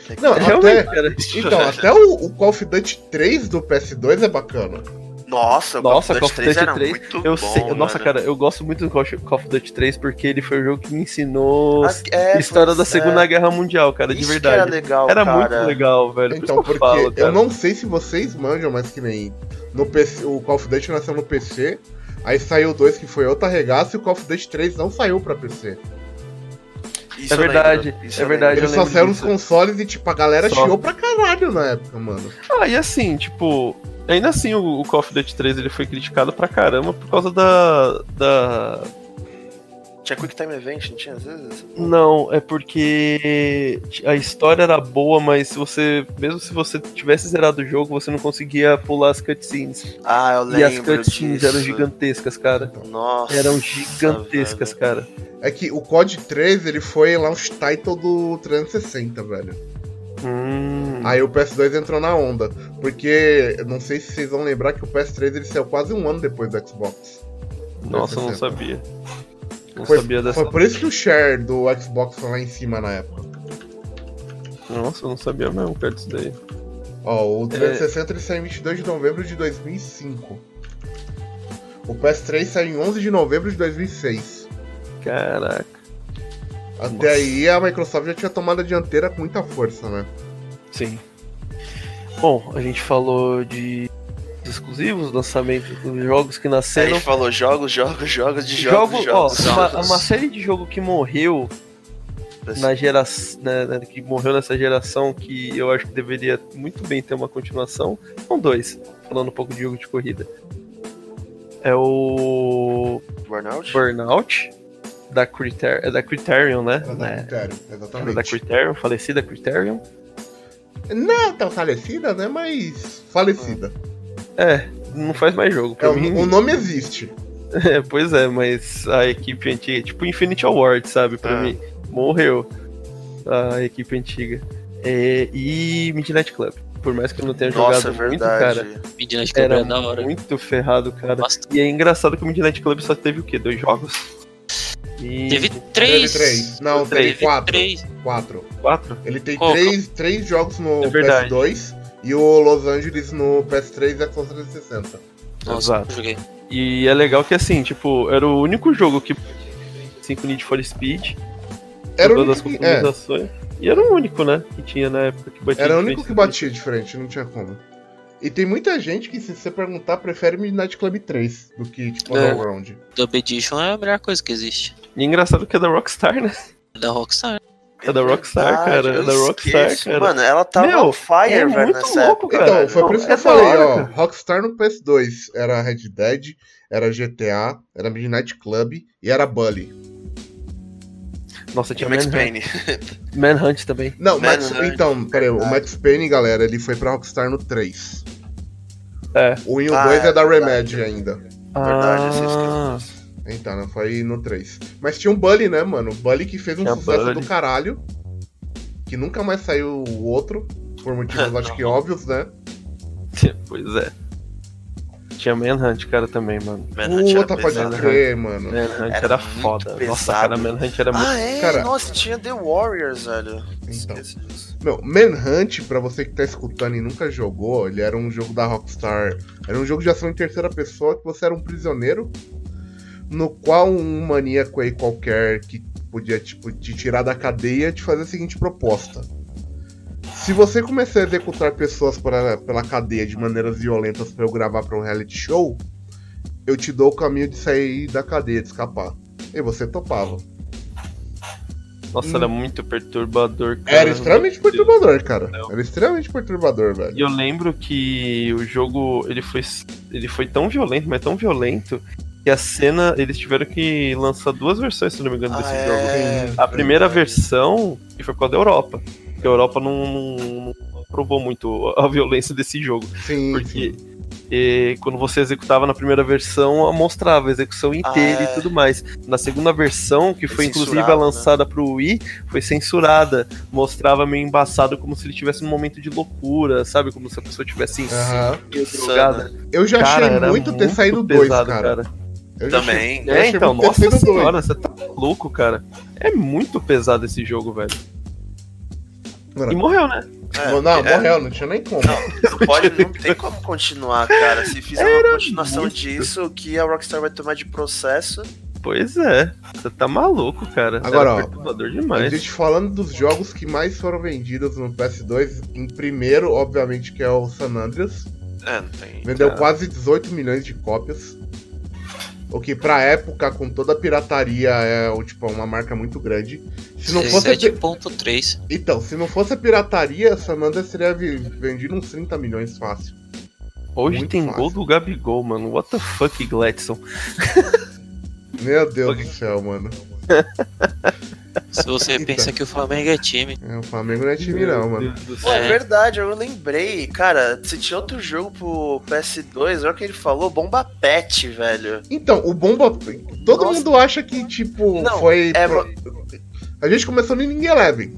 S3: É,
S1: Não, até,
S3: Realmente, cara.
S1: então, até o, o Call of Duty 3 do PS2 é bacana.
S2: Nossa, o
S3: Nossa,
S2: Call of Duty 3 era
S3: 3,
S2: muito
S3: Eu
S2: é bom. né?
S3: sei, nossa,
S2: mano.
S3: cara, eu gosto muito do Call of Duty 3 porque ele foi o jogo que me ensinou
S2: Ah, é,
S3: História da
S2: pois é.
S3: Segunda Guerra Mundial, cara, de
S2: Isso que
S3: verdade.
S2: Era, legal,
S3: Era
S2: cara.
S3: muito legal, velho.
S1: Então, porque
S3: falo,
S1: eu
S3: cara.
S1: não sei se vocês manjam, mas que nem no PC, o Call of Duty nasceu no PC, aí saiu o 2 que foi outra regaça e o Call of Duty 3 não saiu pra PC.
S2: Isso
S3: É
S2: eu lembro,
S3: verdade,
S2: isso
S3: é
S2: eu
S3: verdade.
S2: lembro.
S1: Ele só
S3: lembro
S1: saiu nos
S3: disso.
S1: consoles e tipo, a galera
S3: Só.
S1: chiou pra caralho na época, mano.
S3: Ah, e assim, tipo, ainda assim o, o Call of Duty 3 ele foi criticado pra caramba por causa da. da...
S2: Tinha Quick Time Event, não tinha às vezes?
S3: Não, é porque a história era boa, mas se você. Mesmo se você tivesse zerado o jogo, você não conseguia pular as cutscenes.
S2: Ah, eu
S3: E as
S2: lembro
S3: cutscenes
S2: disso.
S3: eram gigantescas, cara.
S2: Nossa.
S3: Eram gigantescas,
S2: velho.
S3: cara.
S1: É que o COD 3 ele foi launch title do 360, velho.
S3: Hum.
S1: Aí o PS2 entrou na onda. Porque, eu não sei se vocês vão lembrar que o PS3 ele saiu quase um ano depois do Xbox.
S3: Nossa, eu não
S1: 360.
S3: sabia. Não
S1: Foi,
S3: sabia dessa.
S1: foi por isso que o share do Xbox foi lá em cima na época.
S3: Nossa, eu não sabia mesmo, cara, disso daí.
S1: Ó,
S3: É.
S1: o 360 ele saiu em 22 de novembro de 2005. O PS3 saiu em 11 de novembro de 2006.
S3: Caraca.
S1: Até
S3: Nossa.
S1: aí a Microsoft já tinha tomado a dianteira com muita força, né?
S3: Sim. Bom, a gente falou de exclusivos, lançamentos, dos jogos que
S2: Aí
S3: nasceram.
S2: ele falou jogos, jogos, jogos É, de
S3: Jogo,
S2: jogos, jogos,
S3: ó, uma,
S2: jogos.
S3: uma série de jogo que morreu na geração, que morreu nessa geração que eu acho que deveria muito bem ter uma continuação. São dois, falando um pouco de jogo de corrida. É o
S2: Burnout?
S3: Burnout da Criterion, é da Criterion, né?
S1: Era da
S3: né?
S1: Criterion,
S3: Era da
S1: exatamente.
S3: Criterion, falecida Criterion.
S1: Não tão falecida, né? Mas falecida.
S3: É, não faz mais
S1: É,
S3: jogo. Pra
S1: o,
S3: mim,
S1: o nome existe.
S3: É, pois é, mas a equipe antiga, tipo Infinity Award, sabe? Pra
S2: Ah.
S3: mim, morreu a equipe antiga. É, e Midnight Club. Por mais que eu não tenha
S2: Nossa, é
S3: jogado muito,
S2: verdade.
S3: cara,
S4: Midnight Club
S3: era
S4: é da hora.
S3: muito ferrado, cara.
S4: Bastante.
S3: E é engraçado que o Midnight Club só teve o quê? Dois jogos? E
S1: Teve
S4: Teve três.
S1: três. Não,
S3: Três.
S1: teve quatro.
S4: três.
S1: Quatro.
S3: quatro?
S1: Ele tem
S4: Qual-
S1: três, três jogos no
S3: É verdade.
S1: PS2 e o Los Angeles no PS3 e Xbox 360.
S4: Nossa,
S3: Exato.
S4: eu joguei.
S3: E é legal que assim, tipo, era o único jogo que 5 Need for Speed,
S1: Era o
S3: todas
S1: único
S3: as
S1: que, é,
S3: customizações. E era o único, né? Que tinha na época que batia.
S1: era o
S3: de
S1: único
S3: frente
S1: que
S3: com
S1: batia de frente, não tinha como. E tem muita gente que, se você perguntar, prefere Midnight Club 3 do que, tipo,
S4: É.
S1: Allround.
S4: Dub Edition é a melhor coisa que existe.
S3: isso. E engraçado que é da Rockstar, né?
S4: Da Rockstar.
S3: É da Rockstar, cara. É
S2: eu
S3: da Rockstar,
S2: esqueço.
S3: cara.
S2: Mano, ela tava
S3: Meu,
S2: on fire,
S3: é
S2: velho,
S3: muito
S2: nessa
S3: louco,
S1: Então,
S3: cara.
S1: foi por
S3: Não,
S1: isso que
S3: é
S1: eu
S3: da
S1: falei,
S3: hora,
S1: ó.
S2: né?
S3: cara.
S1: Rockstar no PS2 era Red Dead, era GTA, era Midnight Club e era Bully.
S3: Nossa,
S2: época.
S3: tinha
S2: E Max
S3: Manhunt.
S2: Payne.
S3: Manhunt também.
S1: Não, Max,
S2: Manhunt,
S1: então, peraí, o
S2: verdade.
S1: Max Payne, galera, ele foi pra Rockstar no 3.
S3: É.
S1: O 1 e o
S2: Ah,
S1: 2 é,
S2: é
S1: da
S2: verdade.
S1: Remedy ainda.
S2: Verdade, esse
S3: ah,
S1: Então, não foi no 3. Mas tinha um Bully, né, mano? O Bully que fez um
S3: Tinha
S1: sucesso
S3: Bully.
S1: do caralho. Que nunca mais saiu o outro. Por motivos acho que óbvios, né?
S3: pois é. Tinha Manhunt, cara, também, mano.
S2: Manhunt era
S1: Puta, pode
S2: pesado.
S1: crer, mano.
S3: Manhunt
S2: Era
S3: era,
S2: É muito
S3: foda. Nossa,
S2: pesado.
S3: cara, Manhunt era muito.
S2: Ah, é?
S1: Cara.
S2: Nossa, tinha The Warriors, velho.
S1: Então.
S2: Esqueci disso.
S1: Meu, Manhunt, pra você que tá escutando e nunca jogou, ele era um jogo da Rockstar. Era um jogo de ação em terceira pessoa que você era um prisioneiro, no qual um maníaco aí qualquer que podia tipo, te tirar da cadeia te fazer a seguinte proposta. Se você começar a executar pessoas pra- pela cadeia de maneiras violentas pra eu gravar pra um reality show, eu te dou o caminho de sair da cadeia, de escapar. E você topava.
S2: Ah,
S3: Nossa,
S1: Hum.
S3: era muito perturbador, cara.
S1: Era extremamente
S3: Meu Deus.
S1: perturbador, cara.
S3: Não.
S1: Era extremamente perturbador, velho.
S3: E eu lembro que o jogo ele foi, ele foi tão violento, mas tão violento, que a cena. Eles tiveram que lançar duas versões, se não me engano, desse
S2: Ah, é,
S3: jogo.
S1: tem-
S3: A primeira versão que foi por causa da Europa. Porque a Europa não, não- não aprovou muito a violência desse jogo.
S1: Sim,
S3: Porque eh, quando você executava na primeira versão, mostrava a execução inteira
S1: Ah,
S2: é.
S3: e tudo mais. Na segunda versão, que foi inclusive a
S2: censurado, né?
S3: lançada pro Wii, foi censurada. Mostrava meio embaçado, como se ele estivesse num momento de loucura, sabe? Como se a pessoa tivesse
S1: Aham.
S3: meio drogada.
S1: Eu já
S3: Cara,
S1: achei
S3: era
S1: muito ter saído dois,
S3: pesado,
S1: cara. Eu já achei-
S2: Também.
S1: Eu
S3: É,
S1: achei
S3: então,
S1: muito
S3: nossa
S1: ter sido dois.
S3: senhora, você tá louco, cara. É muito pesado esse jogo, velho. E morreu, né?
S2: É,
S1: Não, não,
S2: é,
S1: morreu, não tinha nem como.
S2: Não pode, não tem como continuar, cara. Se fizer uma continuação
S3: tá muito.
S2: disso, que a Rockstar vai tomar de processo.
S3: Pois é, você tá maluco, cara.
S1: Agora,
S3: Era
S1: ó,
S3: perturbador
S1: A
S3: demais.
S1: gente falando dos jogos que mais foram vendidos no PS2, em primeiro, obviamente, que é o San Andreas.
S2: É, não tem.
S1: Vendeu
S3: Tá.
S1: quase 18 milhões de cópias. O que pra época, com toda a pirataria, é o, tipo, uma marca muito grande. Se não fosse. a pi-
S4: 17.3.
S1: Então, se não fosse a pirataria, San Andreas teria vi- vendido uns 30 milhões fácil.
S3: Hoje
S1: muito
S3: tem
S1: fácil.
S3: gol do Gabigol, mano. What the fuck, Gladson?
S1: Meu Deus
S3: Ok.
S1: do céu, mano.
S4: Se você
S1: Eita.
S4: pensa que o Flamengo é time.
S1: É, o Flamengo não é time, não, mano.
S3: Meu Deus do
S2: Pô, é
S4: É.
S2: verdade, eu lembrei. Cara, se tinha outro jogo pro PS2, olha o que ele falou, Bomba Pet, velho.
S1: Então, o Bomba. Todo
S2: Nossa.
S1: mundo acha que, tipo,
S2: Não,
S1: foi.
S2: é
S1: pro- A gente começou no Ninguém Eleven.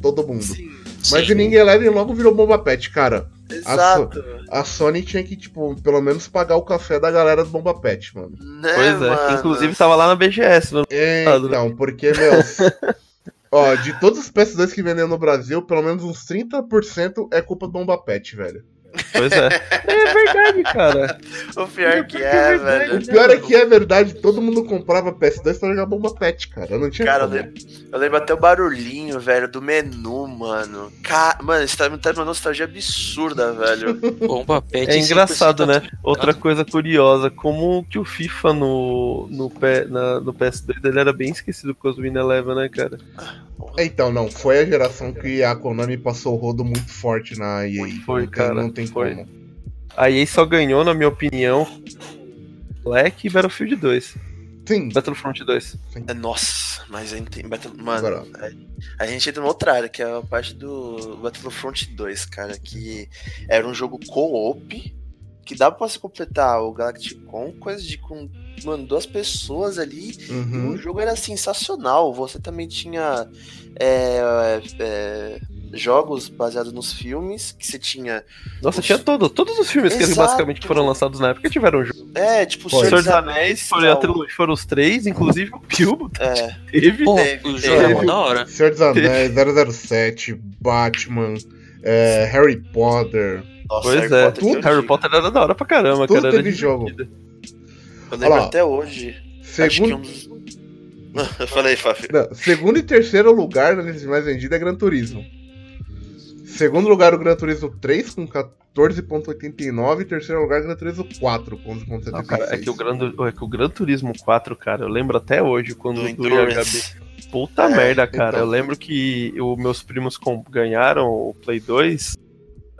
S1: Todo mundo.
S2: Sim,
S1: Mas
S4: Sim.
S1: o Ninguém Eleven logo virou Bomba Pet, cara.
S2: exato.
S1: A Sony tinha que, tipo, pelo menos pagar o café da galera do Bomba Pet, mano.
S2: Né,
S3: Pois é,
S2: mano?
S3: inclusive tava lá na BGS. Não...
S1: É,
S3: Ah,
S1: Então, porque, meu. Ó, de todos os PS2 que vendeu no Brasil, pelo menos uns 30% é culpa do Bomba Pet, velho.
S3: Pois é. é verdade, cara.
S2: O pior que é,
S3: É verdade.
S1: O
S2: velho.
S1: pior é que é verdade, todo mundo comprava PS2 pra jogar Bomba Pet, cara. Eu não tinha
S2: Cara, eu
S1: como.
S2: lembro, eu lembro até o barulhinho, velho, do menu, mano. Ca... Mano, isso tá me dando uma nostalgia absurda, velho.
S4: Bomba Pet.
S3: É
S4: 100%
S3: engraçado, né?
S4: atualizado.
S3: Outra coisa curiosa, como que o FIFA no, no, pé- na- no PS2 ele era bem esquecido com os Win Eleven, né, cara?
S1: Então, não, foi a geração que a Konami passou o rodo muito forte na EA.
S3: Foi,
S1: não tem,
S3: cara,
S1: Não tem
S3: foi.
S1: como.
S3: A EA só ganhou, na minha opinião, Black e Battlefield 2.
S1: Sim,
S3: Battlefront 2.
S2: É, Nossa, mas aí tem Battle... Mano,
S1: agora.
S2: a gente entra numa outra área, que é a parte do Battlefront 2, cara, que era um jogo co-op que dá pra você completar o Galactic Conquest com, mano, duas pessoas ali. E
S1: Uhum.
S2: o jogo era sensacional. Você também tinha é, é, jogos baseados nos filmes, que você tinha.
S3: Nossa, tinha todo, todos os filmes que eles
S2: Exato.
S3: basicamente foram lançados na época tiveram um jogo.
S2: É, tipo,
S1: Foi.
S3: O Senhor dos
S2: Senhor
S3: Anéis foi a trilogia- foram os três, inclusive o Bilbo
S2: É,
S3: teve.
S4: Pô,
S2: Teve,
S4: o jogo
S3: teve.
S4: é mó da hora.
S1: Senhor dos Anéis, 007, Batman, é, Harry Potter.
S2: nossa,
S3: Pois
S2: Harry
S3: é,
S2: Potter tem um
S3: Harry
S2: giga.
S3: Potter era da hora pra caramba,
S1: Tudo
S3: cara. era
S1: teve jogo.
S3: divertido.
S2: Eu lembro
S1: Olha lá.
S2: até hoje. Acho que
S1: Segundo,
S2: um dos. Eu falei, Fábio.
S1: não, segundo e terceiro lugar na lista de mais vendida é Gran Turismo. Segundo lugar, o Gran Turismo 3 com 14,89. E terceiro lugar, Gran Turismo 4 com 11,76.
S3: Não, cara, é que, o Gran, é que o Gran Turismo 4, cara, eu lembro até hoje quando
S2: Do
S3: do IHB.
S2: Endurance.
S3: Puta
S2: É,
S3: merda, cara.
S1: então.
S3: Eu lembro que os meus primos com- ganharam o Play 2,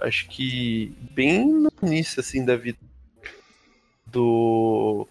S3: acho que bem no início, assim, da vida do,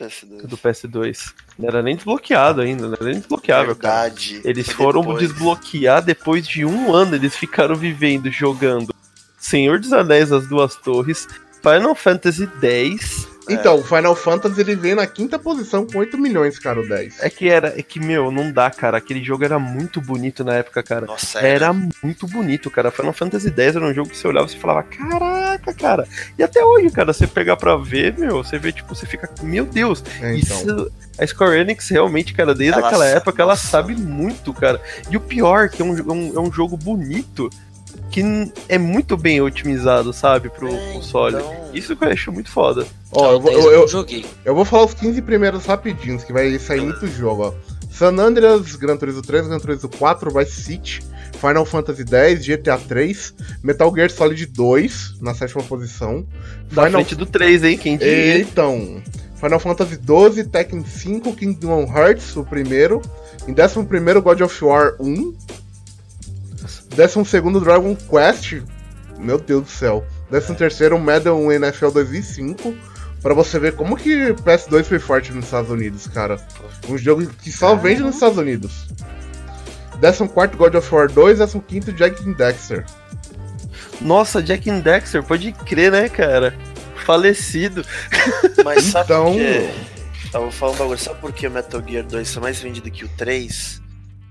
S2: PS2.
S3: do PS2. Não era nem desbloqueado ainda, não era nem desbloqueável, cara.
S2: Verdade.
S3: Eles
S2: Foi
S3: foram
S2: depois.
S3: desbloquear depois de um ano. Eles ficaram vivendo, jogando Senhor dos Anéis, As Duas Torres, Final Fantasy X.
S1: Então, o Final Fantasy ele vem na quinta posição com 8 milhões, cara, o 10.
S3: É que era, é que meu, não dá, cara. Aquele jogo era muito bonito na época, cara.
S2: Nossa,
S3: Era muito bonito, cara. Final Fantasy X era um jogo que você olhava e você falava, caraca, cara. E até hoje, cara, você pegar pra ver, meu, você vê, tipo, você fica, meu Deus,
S1: É, então.
S3: Isso, a Square Enix realmente, cara, desde
S2: Ela
S3: aquela
S2: sabe,
S3: época, ela
S2: nossa.
S3: sabe muito, cara. E o pior, que é um, é um- é um jogo bonito, que n- é muito bem otimizado, sabe, pro
S2: É,
S3: console.
S2: então-
S3: Isso que eu acho muito foda.
S1: Ó, eu, vou-
S4: Talvez
S1: eu, eu,
S4: não joguei.
S1: Eu vou falar os 15 primeiros rapidinhos, que vai sair muito jogo, ó. San Andreas, Gran Turismo 3, Gran Turismo 4, Vice City, Final Fantasy X, GTA 3, Metal Gear Solid 2, na sétima posição.
S3: Da
S1: Final...
S3: frente do 3, hein, quem diria.
S1: Então, Final Fantasy 12, Tekken 5, Kingdom Hearts, o primeiro. Em décimo primeiro, God of War 1. Décimo segundo, Dragon Quest. Meu Deus do céu. Décimo terceiro, Madden um, NFL 2005. Pra você ver como que o PS2 foi forte nos Estados Unidos, cara. Um jogo que só vende nos Estados Unidos. Décimo quarto, God of War 2. Décimo quinto, Jack and Dexter.
S3: Nossa, Jack and Dexter, pode crer, né, cara? Falecido.
S2: Mas sabe
S1: Então-
S2: por quê? Eu vou falar um bagulho. Sabe por que o Metal Gear 2 foi mais vendido que o 3?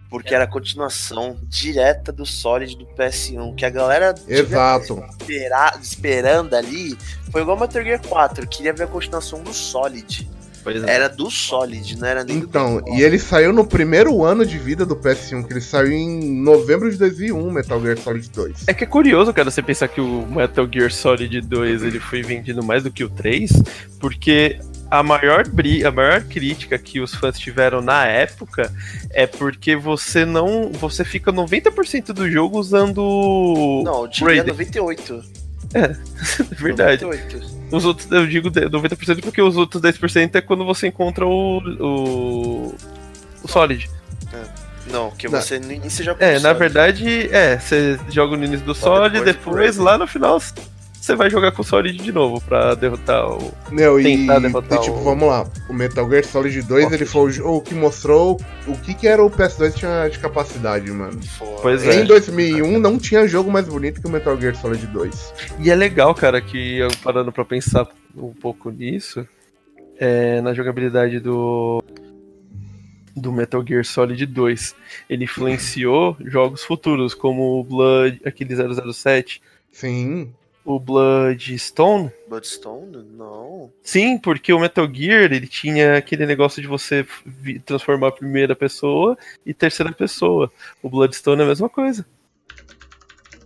S2: Porque era a continuação direta do Solid do PS1, que a galera tiver
S1: Exato.
S2: espera- esperando ali. Foi igual o Metal Gear 4, queria ver a continuação do Solid.
S3: Pois
S2: Era do Solid, não era nem do
S1: Então,
S2: Metal
S1: e ele saiu no primeiro ano de vida do PS1, que ele saiu em novembro de 2001, Metal Gear Solid 2.
S3: É que é curioso, cara, você pensar que o Metal Gear Solid 2 ele foi vendido mais do que o 3, porque a maior, bri a maior crítica que os fãs tiveram na época é porque você não. Você fica 90% do jogo usando.
S2: Não, eu diria
S3: Raiden.
S2: 98.
S3: é Verdade.
S2: 98.
S3: Os outros, eu digo de- 90% porque os outros 10% é quando você encontra o. o... O Solid.
S2: Não, porque
S1: Não.
S2: você no início já
S3: É, na
S2: Solid.
S3: verdade, é, você joga no início do
S2: Só
S3: Solid,
S2: depois do
S3: depois
S2: Raiden.
S3: lá no final você vai jogar com o Solid de novo pra derrotar o,
S1: Meu, e,
S3: tentar derrotar
S1: e, tipo,
S3: o-
S1: vamos lá. O Metal Gear Solid 2, ele foi o jogo que mostrou o que, que era o PS2 tinha de capacidade, mano.
S2: Foi.
S3: Pois é.
S1: Em 2001 não tinha jogo mais bonito que o Metal Gear Solid 2.
S3: E é legal, cara, que eu parando pra pensar um pouco nisso, é, na jogabilidade do do Metal Gear Solid 2, ele influenciou jogos futuros como o Blood, aquele 007,
S1: Sim.
S3: o Bloodstone.
S2: Bloodstone? Não.
S3: Sim, porque o Metal Gear, ele tinha aquele negócio de você vi- transformar a primeira pessoa e terceira pessoa. O Bloodstone é a mesma coisa.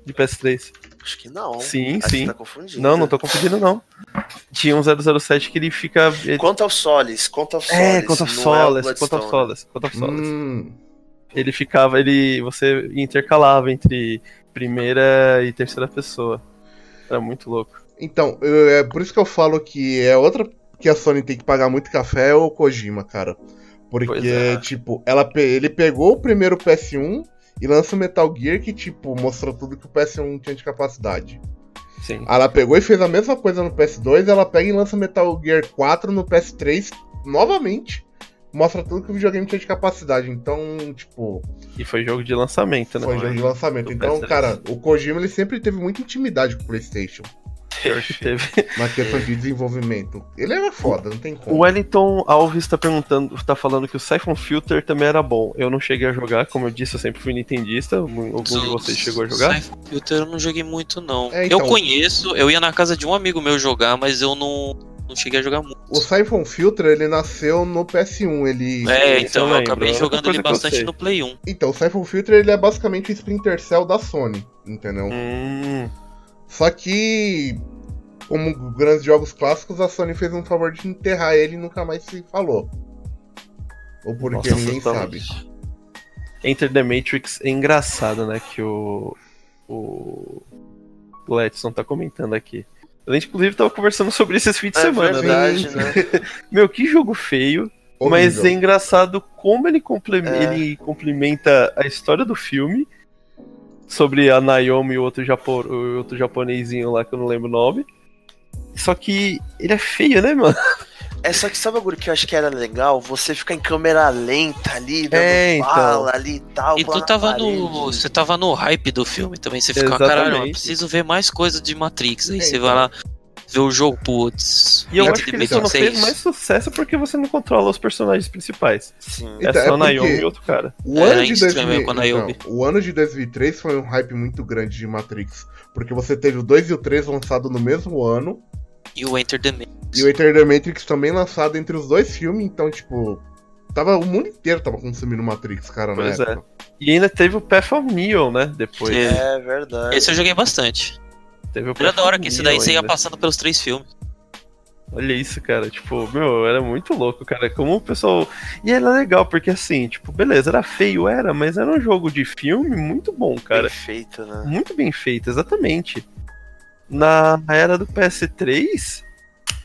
S3: De PS3.
S2: Acho que não.
S3: Sim,
S2: Acho que
S3: sim.
S2: Tá confundindo. É,
S3: Não, não tô confundindo, não. Tinha um 007 que ele fica. ele-
S2: Quanto ao Solis, quanto ao Solis.
S3: É, quanto ao
S2: não
S3: Solace,
S2: é o
S3: quanto ao
S2: Bloodstone.
S3: Solace, quanto ao Solace.
S1: Hum,
S3: Ele ficava, ele. Você intercalava entre primeira e terceira pessoa. Era muito louco.
S1: então, eu- é por isso que eu falo que é outra que a Sony tem que pagar muito café é o Kojima, cara.
S3: Pois
S1: Porque,
S3: é.
S1: tipo, ela, pe- ele pegou o primeiro PS1 e lança o Metal Gear que, tipo, mostrou tudo que o PS1 tinha de capacidade.
S3: Sim.
S1: Ela pegou e fez a mesma coisa no PS2, ela pega e lança o Metal Gear 4 no PS3 novamente. Mostra tudo que o videogame tinha de capacidade. Então, tipo,
S3: E foi jogo de lançamento, né?
S1: foi jogo de lançamento.
S3: do
S1: Então,
S3: PS3.
S1: cara, o Kojima ele sempre teve muita intimidade com o PlayStation.
S3: Pior que teve.
S1: na
S4: É.
S1: questão de é desenvolvimento. Ele era foda, não tem
S3: O
S1: como.
S3: Wellington Alves tá perguntando, tá falando que o Siphon Filter também era bom. Eu não cheguei a jogar, como eu disse, eu sempre fui nintendista. Algum algum de vocês chegou a jogar?
S4: Siphon Filter eu não joguei muito, não.
S1: É, então.
S4: Eu conheço, eu ia na casa de um amigo meu jogar, mas eu não, não cheguei a jogar muito.
S1: O Siphon Filter, ele nasceu no PS1. Ele...
S4: É,
S3: Esse eu
S4: então eu,
S3: lembro.
S4: acabei
S3: Outra
S4: jogando
S3: coisa é
S4: ele
S3: que eu
S4: bastante
S3: sei.
S4: no Play
S2: Tá
S4: 1.
S1: Então, o Siphon Filter, ele é basicamente o Splinter Cell da Sony, entendeu?
S3: Hum,
S1: Só que, como grandes jogos clássicos, a Sony fez um favor de enterrar ele e nunca mais se falou. Ou porque
S3: nossa,
S1: ninguém sabe.
S3: totalmente. Enter the Matrix é engraçado, né? Que o. O. O Edson tá comentando aqui. A gente, inclusive, tava conversando sobre isso esse fim de
S2: É
S3: semana, né?
S2: verdade, né?
S3: Meu, que jogo feio. Mas é
S1: Horrível.
S3: engraçado como ele, comple-
S2: É.
S3: ele complementa a história do filme sobre a Naomi e o outro, japo- o outro japonesinho lá que eu não lembro o nome. Só que ele é feio, né, mano?
S2: É só que sabe o que eu acho que era legal? Você ficar em câmera lenta ali, dando
S3: É, então.
S2: bala ali e tal.
S4: E
S2: bala
S4: tu
S2: na
S4: tava no.
S2: parede.
S4: Você tava no hype do filme também. Você ficava, caralho, eu
S3: Exatamente.
S4: preciso ver mais coisa de Matrix. Aí
S1: É,
S4: você
S1: então.
S4: vai lá ver o jogo, putz.
S3: E eu
S4: Enter
S3: acho que
S4: the
S3: ele só não
S4: Matrix é
S3: fez
S4: isso.
S3: mais sucesso porque você não controla os personagens principais.
S2: Sim.
S1: Então,
S3: é só
S1: é
S3: a Naomi
S1: porque-
S3: e outro cara.
S1: O
S4: Era
S1: ano, de
S4: estranho
S1: 2000
S4: quando eu
S1: então,
S4: vi.
S1: o ano de 2003 foi um hype muito grande de Matrix. Porque você teve o 2 e o 3 lançado no mesmo ano.
S4: E o Enter the Matrix.
S1: E o Enter the Matrix também lançado entre os dois filmes. Então, tipo. Tava, o mundo inteiro tava consumindo Matrix, cara, na
S3: Pois é.
S1: época.
S3: E ainda teve o Path of Neo, né? Depois.
S4: É.
S2: É verdade.
S4: Esse eu joguei bastante.
S3: Teve o
S4: Era
S3: Path
S4: da hora
S3: of
S4: que esse
S3: Neo
S4: daí você ia
S3: É, ainda.
S4: passando pelos três filmes.
S3: Olha isso, cara. Tipo, meu, era muito louco, cara. Como o pessoal. E era legal, porque assim, tipo, beleza, era feio, era, mas era um jogo de filme muito bom, cara. é
S2: Perfeito, né?
S3: Muito bem feito, exatamente. Na era do PS3,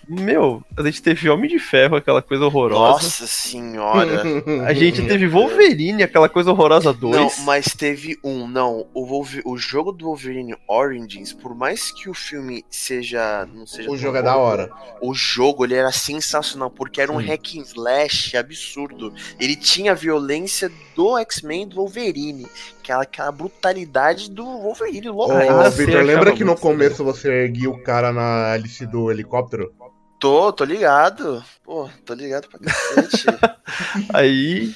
S3: meu, a gente teve Homem de Ferro, aquela coisa horrorosa.
S2: Nossa senhora.
S3: A
S1: Uhum.
S3: gente teve Wolverine, aquela coisa horrorosa 2.
S2: Não, mas teve um, não. O, Wolver- o jogo do Wolverine Origins, por mais que o filme seja. Não seja
S1: O
S2: tão
S1: jogo é
S2: bom,
S1: da hora.
S2: O jogo ele era sensacional, porque era um
S1: Sim.
S2: hack and slash absurdo. Ele tinha a violência do X-Men e do Wolverine. Aquela, aquela brutalidade do Wolverine louco.
S1: Ô,
S3: Ah, sim,
S1: Victor, lembra
S3: acaba
S1: que no
S3: muito.
S1: começo você erguia o cara na hélice do helicóptero?
S2: Tô, tô ligado. Pô, tô ligado pra cacete.
S3: Aí.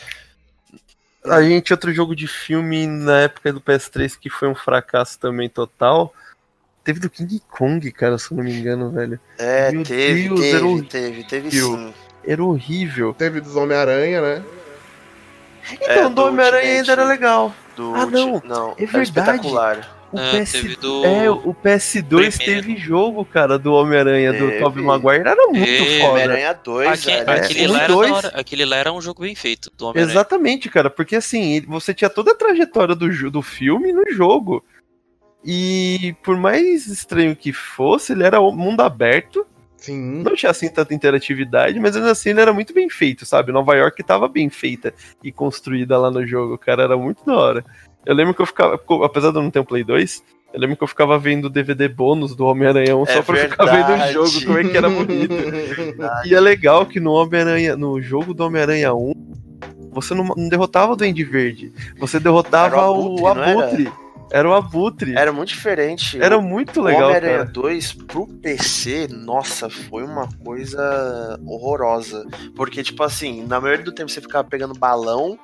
S3: A gente, outro jogo de filme na época do PS3 que foi um fracasso também total. Teve do King Kong, cara, se eu não me engano, velho.
S2: É,
S3: Meu
S2: teve,
S3: Deus,
S2: teve,
S3: era um-
S2: teve, teve,
S3: Viu?
S2: sim.
S3: Era horrível.
S1: Teve dos Homem-Aranha, né?
S2: É,
S3: Então, o do
S2: do
S3: Homem-Aranha
S2: Ultimate.
S3: ainda era legal.
S2: Do
S3: Ah,
S2: ulti-
S3: não,
S2: Não,
S3: é
S2: era
S3: verdade.
S2: espetacular.
S3: O
S4: Ah,
S3: PS...
S4: teve do-
S3: É, o PS2
S4: primeiro.
S3: teve jogo, cara, do Homem-Aranha, do
S2: Teve.
S3: Tobey Maguire. Era muito
S4: Teve.
S3: foda.
S2: Homem-Aranha 2,
S4: Aque-
S2: velho.
S4: aquele,
S3: um
S4: lá
S3: e
S4: era da
S3: dois.
S4: hora- aquele lá era um jogo bem feito. Do Homem-Aranha.
S3: Exatamente, cara, porque assim, ele- você tinha toda a trajetória do, jo- do filme no jogo. E por mais estranho que fosse, ele era o mundo aberto.
S1: Sim.
S3: não tinha assim tanta interatividade, mas ainda assim ele era muito bem feito, sabe? Nova York tava bem feita e construída lá no jogo, cara, era muito da hora. Eu lembro que eu ficava, co- apesar de eu não ter um Play 2, eu lembro que eu ficava vendo o DVD bônus do Homem-Aranha 1
S2: É
S3: só pra ficar vendo o
S2: verdade.
S3: jogo, como é que era bonito. E é legal que no Homem-Aranha, no jogo do Homem-Aranha 1, você não, não derrotava o Duende Verde, você derrotava
S2: Era o
S3: o
S2: Abutre, não era?
S3: Abutre. Era o Abutre. Era,
S2: Era muito diferente.
S3: muito
S2: O
S3: legal,
S2: Homem-Aranha
S3: cara.
S2: 2 pro PC, nossa, foi uma coisa horrorosa. Porque, tipo assim, na maioria do tempo você ficava pegando balão.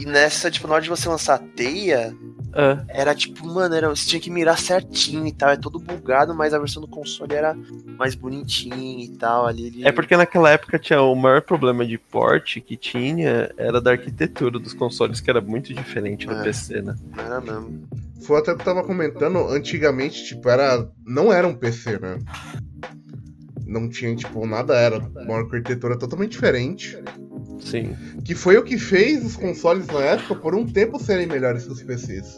S2: E nessa, tipo, na hora de você lançar a teia,
S3: Ah.
S2: era tipo, mano, era, você tinha que mirar certinho e tal. É todo bugado, mas a versão do console era mais bonitinha e tal. Ali, ele-
S3: É porque naquela época tinha o maior problema de porte que tinha era da arquitetura dos consoles, que era muito diferente do
S2: É.
S3: PC, né?
S2: Era mesmo.
S1: Foi até o que eu tava comentando, antigamente, tipo, era. Não era um PC, né? Não tinha, tipo, nada era. Uma arquitetura totalmente diferente.
S3: Sim,
S1: Que foi o que fez os consoles na época por um tempo serem melhores que os PCs.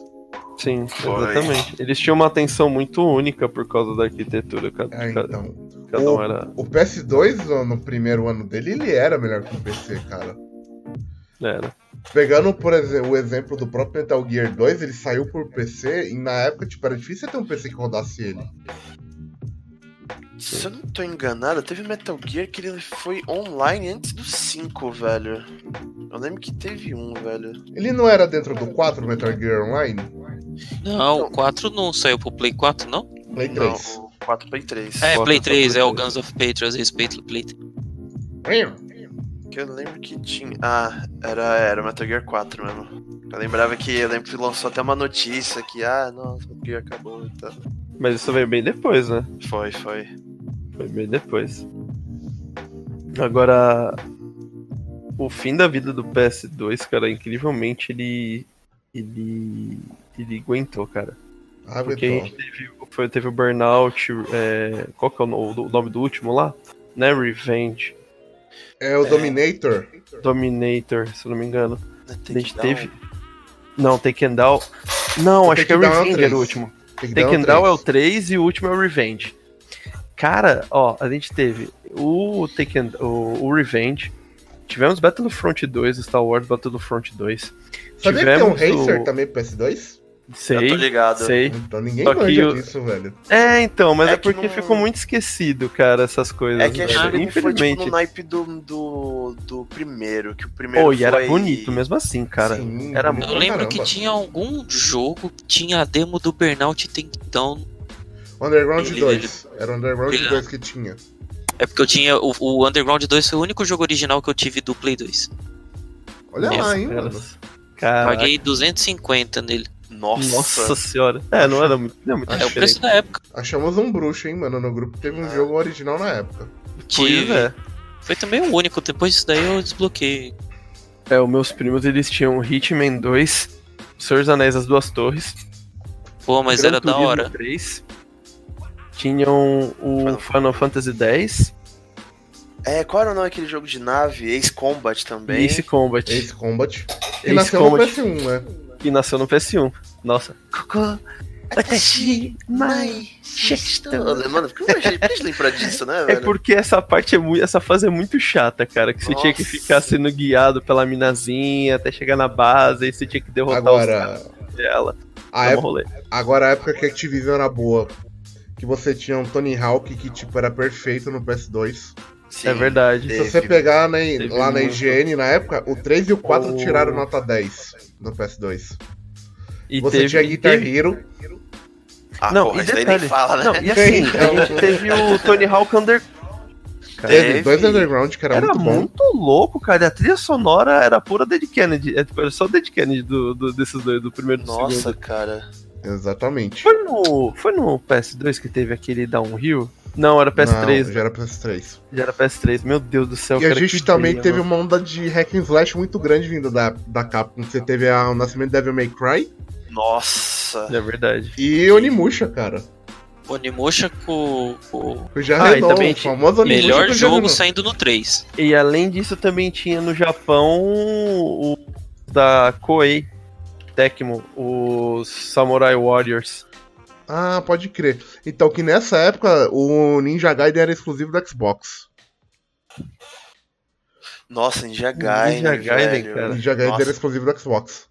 S3: sim,
S2: Foi.
S3: exatamente. Eles tinham uma atenção muito única por causa da arquitetura, cada,
S1: É,
S3: cada,
S1: então.
S3: cada um
S1: O-
S3: era.
S1: O PS2, no- no primeiro ano dele, ele era melhor que o PC, cara.
S3: era.
S1: Pegando, por exemplo, o exemplo do próprio Metal Gear 2, ele saiu por PC e na época, tipo, era difícil ter um PC que rodasse ele.
S2: Se eu não tô enganado, teve Metal Gear que ele foi online antes do 5, velho. Eu lembro que teve um, velho.
S1: Ele não era dentro do 4 Metal Gear Online?
S4: Não, o 4 não saiu pro Play 4, não?
S1: Play
S2: Não,
S1: 3.
S2: o 4 Play 3.
S4: É,
S3: Bota
S4: Play
S3: só
S4: 3,
S3: Play
S4: é o
S3: 3.
S4: Guns of Patriots, respeito Play 3.
S2: Que eu lembro que tinha. Ah, era, era Metal Gear 4 mesmo. Eu lembrava que eu lembro que lançou até uma notícia que, ah, nossa, Metal Gear acabou então. e tal.
S3: Mas isso veio bem depois, né?
S2: Foi, foi.
S3: Foi bem depois. Agora, o fim da vida do PS2, cara, incrivelmente ele. Ele. Ele aguentou, cara.
S1: Ah,
S3: Porque a
S1: Vitor.
S3: gente teve, foi, teve o Burnout. é, qual que é o, no- o nome do último lá? Né? Revenge.
S1: É o Dominator.
S3: Dominator, se eu não me engano.
S2: Tem
S3: a gente
S2: que dar um-
S3: teve. Não, Taken Down. Não, acho que é
S1: Taken Down é o
S3: Revenge era o
S1: três.
S3: último.
S1: um
S3: Taken Down é o 3 e o último é o Revenge. Cara, ó, a gente teve o Taken, o, o Revenge, tivemos Battlefront 2, Star Wars Battlefront 2.
S1: Sabia que tem um Racer
S3: o-
S1: também pro PS2?
S2: um- Eu tô
S3: Sei,
S2: ligado.
S3: sei.
S1: Então ninguém
S3: Só que
S1: manja
S3: o-
S1: disso, velho.
S3: É, então, mas
S2: É
S3: é,
S2: que
S3: porque
S2: não-
S3: ficou muito esquecido, cara, essas coisas.
S2: É que a
S3: velho.
S2: Shuriken foi
S3: Infelizmente.
S2: tipo no naipe do, do, do primeiro, que o primeiro
S3: Pô,
S2: foi...
S3: e era bonito mesmo assim, cara.
S1: Sim,
S3: era-
S1: bonito
S4: Eu
S1: pra
S4: lembro que
S1: caramba.
S4: tinha algum jogo que tinha a demo do Burnout então. Takedown.
S1: Underground
S4: Ele-
S1: 2. Era o Underground
S4: Ele-
S1: 2 que tinha.
S4: É porque eu tinha. O, o Underground 2 foi o único jogo original que eu tive do Play 2.
S1: Olha lá,
S3: Nossa,
S1: hein,
S3: cara.
S1: mano.
S3: Caraca,
S4: Paguei 250 nele.
S2: Nossa.
S3: Nossa senhora. É, não era muito, não era muito
S1: É
S4: É o preço
S3: diferente.
S4: da época.
S1: Achamos um bruxo, hein, mano, no grupo. Teve
S3: Ah.
S1: um jogo original na época.
S3: Pois
S4: Tive.
S3: é.
S4: Foi também o único. Depois disso daí eu desbloqueei.
S3: É, os meus primos eles tinham Hitman 2, Senhor dos Anéis das Duas Torres.
S4: Pô, mas
S3: Gran
S4: era da
S3: Turismo
S4: hora.
S3: 3. Tinham o Final Fantasy X
S2: É, qual era o nome daquele jogo de nave? Ace Combat
S3: e
S2: também.
S3: Ace Combat.
S1: Ace Combat. Que
S3: Ace
S1: nasceu no
S3: Combat
S1: PS1, né?
S3: que nasceu no PS1. Nossa.
S2: Mano, por que eu achei- por que a gente lembra disso, né,
S3: É
S2: velho?
S3: porque essa parte é muito. Essa fase é muito chata, cara. Que você tinha que
S2: Nossa.
S3: ficar sendo guiado pela minazinha até chegar na base, aí você tinha que derrotar os
S1: Agora,
S3: caras dela.
S1: a
S3: Dá um
S1: época,
S3: rolê.
S1: agora a época que a Activision era boa. Que você tinha um Tony Hawk que, tipo, era perfeito no PS2.
S2: Sim.
S3: É verdade.
S1: Se você pegar na- lá na
S3: muito.
S1: IGN na época, o 3 e o 4
S3: O-
S1: tiraram nota 10 no PS2.
S3: E
S1: você
S3: teve-
S1: tinha
S3: e
S1: Guitar
S3: teve-
S1: Hero.
S2: Ah,
S3: Não,
S2: porra,
S3: e
S2: isso daí nem
S3: detalhe.
S2: fala, né?
S3: Não, e assim, a gente teve o Tony Hawk Under. Cara,
S1: Teve dois
S2: teve.
S1: Underground que era,
S3: Era,
S1: muito
S3: muito,
S1: bom.
S3: louco, cara. E a trilha sonora era pura Dead Kennedy. É, tipo, Era só Dead Kennedy do, do- desses dois, do primeiro e do
S2: Nossa,
S3: segundo.
S2: cara.
S1: Exatamente.
S3: Foi no, foi no PS2 que teve aquele Downhill? Não, era PS3.
S1: Não,
S3: já...
S1: já era PS3.
S3: era PS3. Meu Deus do céu,
S1: E a
S3: cara,
S1: gente
S3: que
S1: também
S3: brilho,
S1: teve um
S3: mano.
S1: uma onda de hack and slash muito grande vindo da, da Capcom. Você teve a, o nascimento da Devil May Cry
S2: Nossa.
S3: É verdade.
S1: e Onimusha, cara.
S4: O Onimusha com com
S1: O já
S3: Ah, e
S1: Renault,
S3: também
S1: o
S3: tinha-
S1: famoso
S4: o
S1: Onimusha.
S4: melhor
S1: do
S4: jogo
S1: Renault.
S4: saindo no 3.
S3: E além disso, também tinha no Japão o da Koei Tecmo, os Samurai Warriors.
S1: Ah, pode crer. Então, que nessa época o Ninja Gaiden era exclusivo do Xbox.
S2: Nossa, Ninja Gaiden,
S3: Ninja Gaiden,
S2: velho.
S3: cara.
S1: O Ninja Gaiden
S2: Nossa.
S1: era exclusivo do Xbox.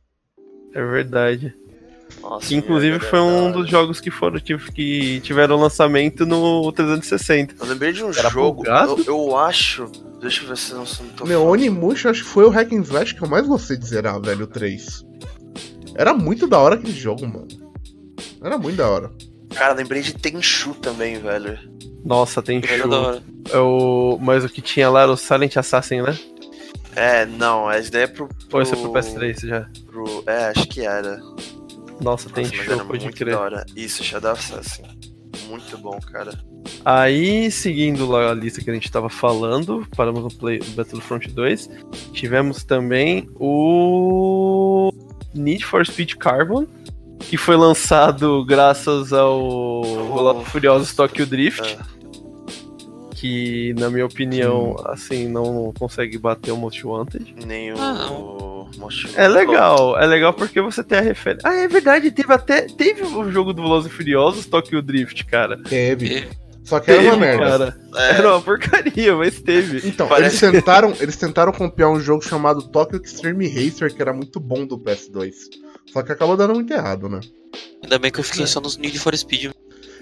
S3: É verdade.
S2: Nossa,
S3: Que inclusive
S2: Ninja
S3: foi
S2: Gaiden,
S3: um
S2: da hora.
S3: dos jogos que foram tive- que tiveram lançamento no 360.
S2: Eu lembrei de um
S3: Era
S2: jogo,
S3: bugado?
S2: eu, eu acho... Deixa eu ver se não, se eu não tô...
S1: Meu,
S2: falando.
S1: Onimusha acho que foi o hack and slash que eu mais gostei de zerar, velho, o 3. Era muito da hora aquele jogo, mano. Era muito da hora.
S2: Cara, lembrei de Tenchu também, velho.
S3: Nossa, tem
S4: Era da
S3: show.
S4: hora.
S3: É o... Mas o que tinha lá era o Silent Assassin, né?
S2: É, não, essa ideia é pro...
S3: Ou esse é pro PS3 já?
S2: pro- É, acho que era.
S3: Nossa, tem
S2: Nossa, mas era
S3: show, pode
S2: muito da
S3: crer.
S2: hora. Isso, Shadow Assassin. Muito bom, cara.
S3: Aí, seguindo lá a lista que a gente tava falando, paramos no Play... Battlefront 2, tivemos também o Need for Speed Carbon, que foi lançado graças ao Velozes e Furiosos Tokyo Drift. que na minha opinião, assim, não consegue bater o Most Wanted.
S2: Nem o...
S4: Ah,
S2: Most-
S3: É legal, é legal porque você tem a referência. Ah, é verdade, teve até teve o jogo do Velozes e Furiosos Tokyo Drift, cara.
S1: Teve.
S4: E-
S1: Só que era uma
S3: Teve,
S1: merda.
S3: cara.
S2: É,
S3: Era uma porcaria, mas teve.
S1: Então,
S2: Parece-
S1: eles tentaram, eles tentaram copiar um jogo chamado Tokyo Extreme Racer, que era muito bom do PS2. Só que acabou dando muito errado, né?
S4: Ainda bem que eu fiquei só nos Need for Speed.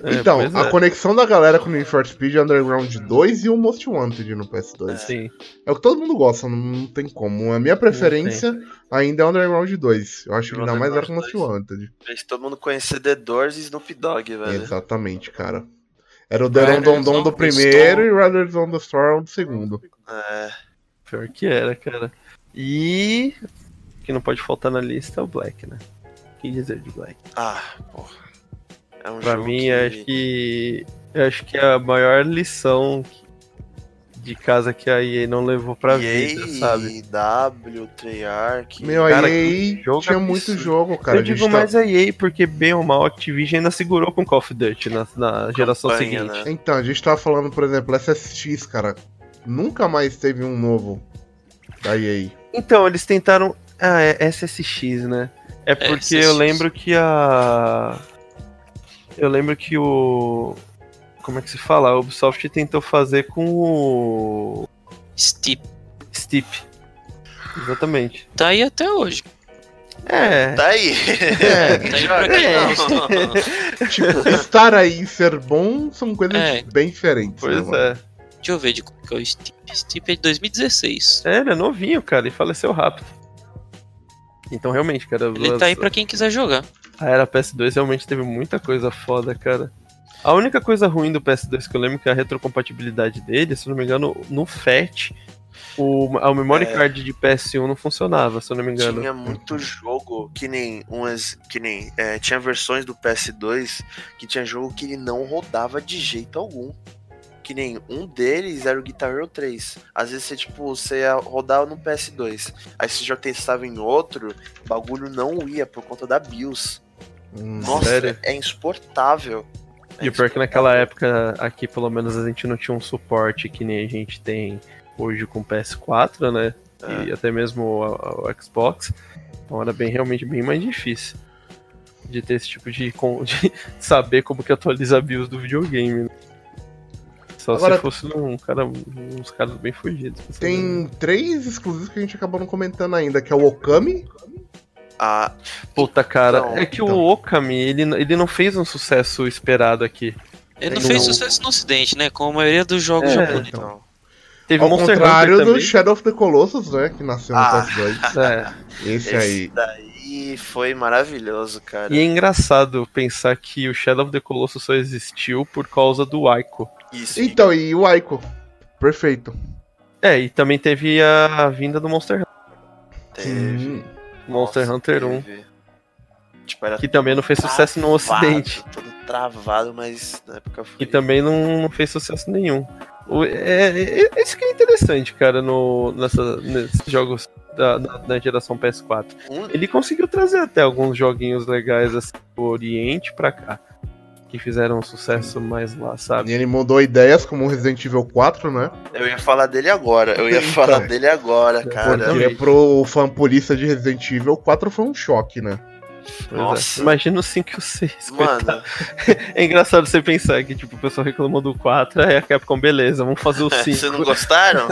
S3: É,
S1: então,
S3: pois
S1: a
S3: é.
S1: conexão da galera com o Need for Speed Underground 2 e o Most Wanted no PS2.
S3: Sim.
S1: É o que todo mundo gosta, não tem como. A minha preferência ainda é Underground 2. Eu acho que ainda mais era com o Most
S2: Underground
S1: Wanted.
S2: É. fez todo mundo conhecer The Doors e Snoop Dogg, velho.
S1: Exatamente, cara. Era o Deron
S2: Riders
S1: Dom
S2: on
S1: Dom do
S2: the
S1: primeiro e Riders on the Storm do segundo.
S2: É,
S3: Pior que era, cara. E. Que não pode faltar na lista é o Black, né? O que dizer de Black?
S2: ah, porra. É um
S3: Pra
S2: jogo
S3: mim,
S2: que-
S3: acho que. Eu acho que a maior lição que- de casa que a EA não levou
S2: EA,
S3: pra vida, sabe?
S2: W, Treyarch.
S1: Meu,
S3: Cara,
S1: a EA
S3: que jogo
S1: tinha
S3: absurdo.
S1: muito jogo, cara.
S3: eu
S1: A gente
S3: digo
S1: tá-
S3: mais a EA, porque bem ou mal a Activision ainda segurou com Call of Duty na, na geração
S2: Campanha,
S3: seguinte.
S2: né?
S1: Então, a gente tava falando, por exemplo, SSX, cara. Nunca mais teve um novo da EA.
S3: Então, eles tentaram. Ah, é SSX, né? É porque eu
S4: SSX.
S3: lembro que a. Eu lembro que o. Como é que se fala? A Ubisoft tentou fazer com o.
S4: Steep.
S3: Steep. Exatamente.
S4: Tá aí até hoje.
S3: É.
S2: Tá aí.
S1: É,
S4: Tá aí pra quem não.
S1: tipo, estar aí e ser bom são coisas
S4: É.
S1: bem diferentes. né,
S3: Pois
S1: mano?
S3: é.
S4: Deixa eu ver de qual que é o Steep. Steep é de 2016.
S3: É, ele é novinho, cara, e faleceu rápido. Então, realmente, cara.
S4: Ele tá aí pra quem quiser jogar.
S3: A era PS2 realmente teve muita coisa foda, cara. A única coisa ruim do PS2 que eu lembro que é a retrocompatibilidade dele, se eu não me engano, no FAT, o, a memory
S2: É.
S3: card de PS1 não funcionava, se eu não me engano.
S2: Tinha é muito jogo que nem umas. Que nem. é, tinha versões do PS2 que tinha jogo que ele não rodava de jeito algum. Que nem um deles era o Guitar Hero 3. Às vezes você, tipo, você ia rodar no PS2. Aí você já testava em outro, o bagulho não ia por conta da BIOS.
S1: Hum,
S2: Nossa,
S3: Sério?
S2: é insuportável. É
S3: E o pior é que naquela época, aqui pelo menos a gente não tinha um suporte que nem a gente tem hoje com o PS4, né? E
S1: É.
S3: até mesmo o, o Xbox. Então era bem, realmente bem mais difícil de ter esse tipo de, con- de saber como que atualiza a BIOS do videogame. né? Só
S1: Agora-
S3: se fosse um cara, uns caras bem fugidos. pra saber, né?
S1: Tem três exclusivos que a gente acabou não comentando ainda, que é o Okami.
S2: Ah,
S3: Puta, cara.
S2: Então,
S3: é que
S1: então.
S3: o Okami, ele, n- ele não fez um sucesso esperado aqui.
S4: Ele não
S3: Tem
S4: fez
S3: no-
S4: sucesso no ocidente, né? Como a maioria dos jogos
S3: É.
S4: japoneses.
S1: Então,
S3: Teve
S1: ao
S3: Monster
S1: contrário
S3: Hunter
S1: do
S3: também.
S1: Shadow of the Colossus, né? Que nasceu no
S2: Ah.
S1: PS2.
S3: É.
S1: Esse
S2: Esse
S1: aí.
S2: daí foi maravilhoso, cara.
S3: E é engraçado pensar que o Shadow of the Colossus só existiu por causa do Aiko.
S2: Isso.
S1: Então, e o Aiko. Perfeito.
S3: É, e também teve a vinda do Monster Hunter,
S2: teve.
S1: Hum.
S3: Monster
S2: Nossa,
S3: Hunter 1,
S2: teve. Tipo, era
S3: que um também não fez sucesso no
S2: travado,
S3: ocidente,
S2: Todo travado, mas na época foi.
S3: que também não, não fez sucesso nenhum. O- é, é- é- isso que é interessante, cara, no, nessa- nesses jogos da, da- da geração PS4.
S2: Um-
S3: Ele conseguiu trazer até alguns joguinhos legais assim, do Oriente pra cá, que fizeram um sucesso mais lá,
S2: tá
S3: sabe?
S1: E ele mudou ideias como o Resident Evil 4, né?
S2: Eu ia falar dele agora. Eu ia
S1: Então.
S2: falar dele agora,
S3: um
S2: cara.
S1: Porque pro fã purista de Resident Evil, 4 foi um choque, né?
S3: Pois é.
S2: Nossa.
S3: Imagina o 5 e o 6,
S2: Mano,
S3: É engraçado você pensar que, tipo, o pessoal reclamou do 4, aí a Capcom, beleza, vamos fazer o 5.
S2: vocês É, não gostaram?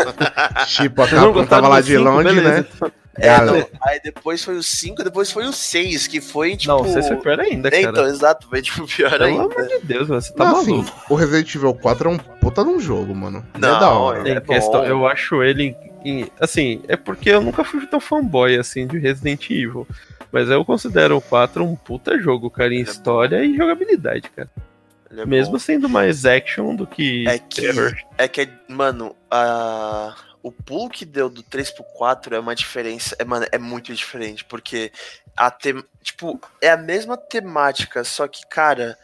S1: Tipo, a
S3: Vocês não
S1: Capcom tava
S3: gostaram
S1: lá
S3: do
S1: de
S3: cinco?
S1: longe,
S3: Beleza.
S1: né?
S2: é,
S1: Cara,
S2: não. Aí depois foi o 5, depois foi o 6, que foi tipo.
S3: Não, você foi pior ainda,
S2: É,
S3: cara.
S2: Então, exato, foi tipo pior
S3: Pelo
S2: ainda.
S3: amor de Deus, mano, você tá
S1: Não, assim,
S3: maluco.
S1: o Resident Evil 4 é um puta num jogo, mano. Ele
S2: Não,
S1: é da hora.
S2: é.
S3: Em né? questão,
S2: bom.
S3: eu acho ele. em- assim, é porque eu nunca fui tão fanboy assim de Resident Evil. Mas eu considero o 4 um puta jogo, cara, em
S2: É bom.
S3: história e jogabilidade, cara.
S2: Ele é
S3: Mesmo
S2: bom.
S3: sendo mais action do que.
S2: É que-
S3: terror.
S2: É que, mano, a... o pulo que deu do 3 pro 4 é uma diferença. É, mano, é muito diferente, porque a tem... tipo, é a mesma temática, só que, cara,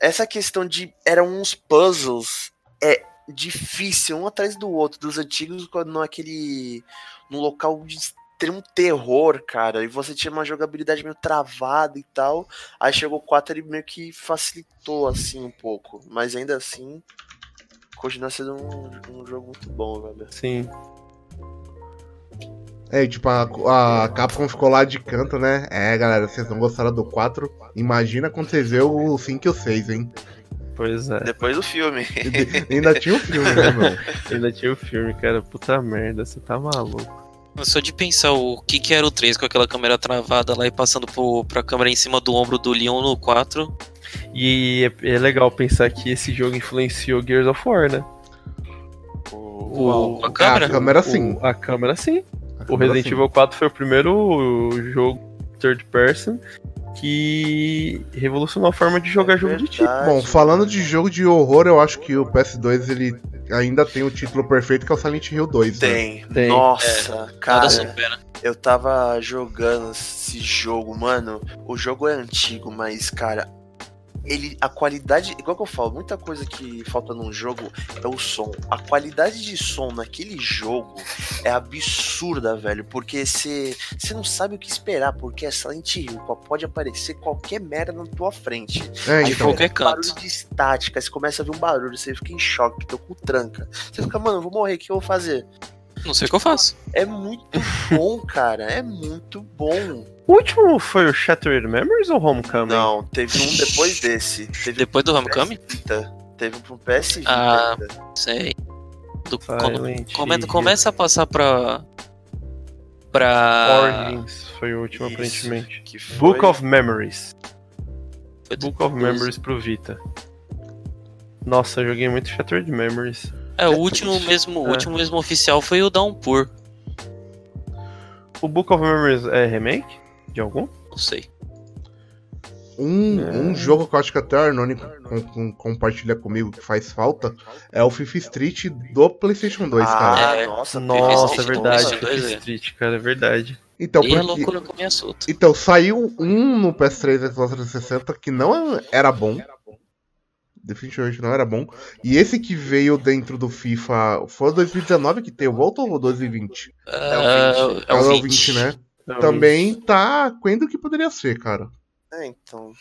S2: essa questão de. Eram uns puzzles. É difícil, um atrás do outro, dos antigos, quando naquele. num local de extremo terror, cara. E você tinha uma jogabilidade meio travada e tal. Aí chegou o 4 ele meio que facilitou, assim, um pouco. Mas ainda assim continua sendo um, um jogo muito bom, velho.
S3: Sim.
S1: É, tipo, a, a Capcom ficou lá de canto, né? É, galera, vocês não gostaram do 4? Imagina quando vocês vê o 5 e o 6, hein?
S3: Pois é.
S2: Depois do filme.
S1: E ainda tinha o filme, né, meu?
S3: Ainda tinha o filme, cara. Puta merda, você tá maluco.
S4: Só de pensar o que, que era o 3 com aquela câmera travada lá e passando pro, pra câmera em cima do ombro do Leon no 4.
S3: E é, é legal pensar que esse jogo influenciou Gears of War, né?
S4: a
S1: É,
S4: câmera?
S1: a câmera sim.
S3: O- a câmera sim.
S1: A
S3: O
S1: câmera,
S3: Resident
S1: sim.
S3: Evil 4 foi o primeiro jogo third person que revolucionou a forma de jogar
S2: É
S3: jogo de tiro.
S2: verdade.
S1: Bom, falando de jogo de horror, eu acho que o PS2 ele ainda tem o título perfeito que é o Silent Hill 2. né?
S2: Tem.
S3: Tem.
S2: Nossa,
S4: Nada
S2: cara.
S4: supera.
S2: Eu tava jogando esse jogo, mano. O jogo é antigo, mas, cara. Ele, a qualidade, igual que eu falo, muita coisa que falta num jogo é o som. A qualidade de som naquele jogo é absurda, velho. Porque você não sabe o que esperar, porque é Silent Hill. Pode aparecer qualquer merda na tua frente.
S1: É,
S2: Aí
S4: De
S1: então.
S4: qualquer
S2: fica um barulho
S4: canto.
S2: de estática, você começa a ver um barulho, você fica em choque, teu cu tranca. Você fica, mano, eu vou morrer, o que eu vou fazer?
S4: Não sei o que eu faço.
S2: É muito bom, cara, é muito bom.
S3: O último foi o Shattered Memories ou Homecoming?
S2: Não, teve um depois desse. Teve
S4: Depois do
S2: um
S4: Homecoming?
S2: PS Vita. Teve um pro PS Vita
S4: Ah.
S2: ainda.
S4: Sei. Do, quando
S3: Silent
S4: come-
S3: Hill.
S4: começa a passar pra. Pra.
S3: Ah. Origins foi o último,
S2: Isso.
S3: aparentemente.
S2: Que foi...
S3: Book of Memories.
S4: Foi do-
S3: Book of
S4: dos-
S3: Memories pro Vita. Nossa, eu joguei muito Shattered Memories.
S4: É, o último mesmo, o
S3: É.
S4: último mesmo oficial foi o Downpour.
S3: O Book of Memories é remake? De algum?
S4: Não sei.
S1: Um,
S3: É.
S1: um jogo que eu acho que até o Arnone com- com- compartilha comigo que faz falta é o Fifa Street do PlayStation 2, cara.
S2: Ah,
S4: É.
S2: nossa, teve
S3: Nossa, é
S2: esse
S4: Street,
S3: verdade.
S4: Street dois,
S3: Fifth
S4: é.
S3: Street, cara, é verdade.
S1: Então,
S4: e a
S1: porque-
S4: loucura come assunto.
S1: então saiu um no PS3 e Xbox 360 que não era bom. Definitivamente não era bom. E esse que veio dentro do FIFA foi o 2019 que teve, volta ou 2020?
S4: Ah, É
S1: Era
S4: o 20,
S1: né?
S3: É
S1: Também tá quando que poderia ser, cara.
S2: É, então.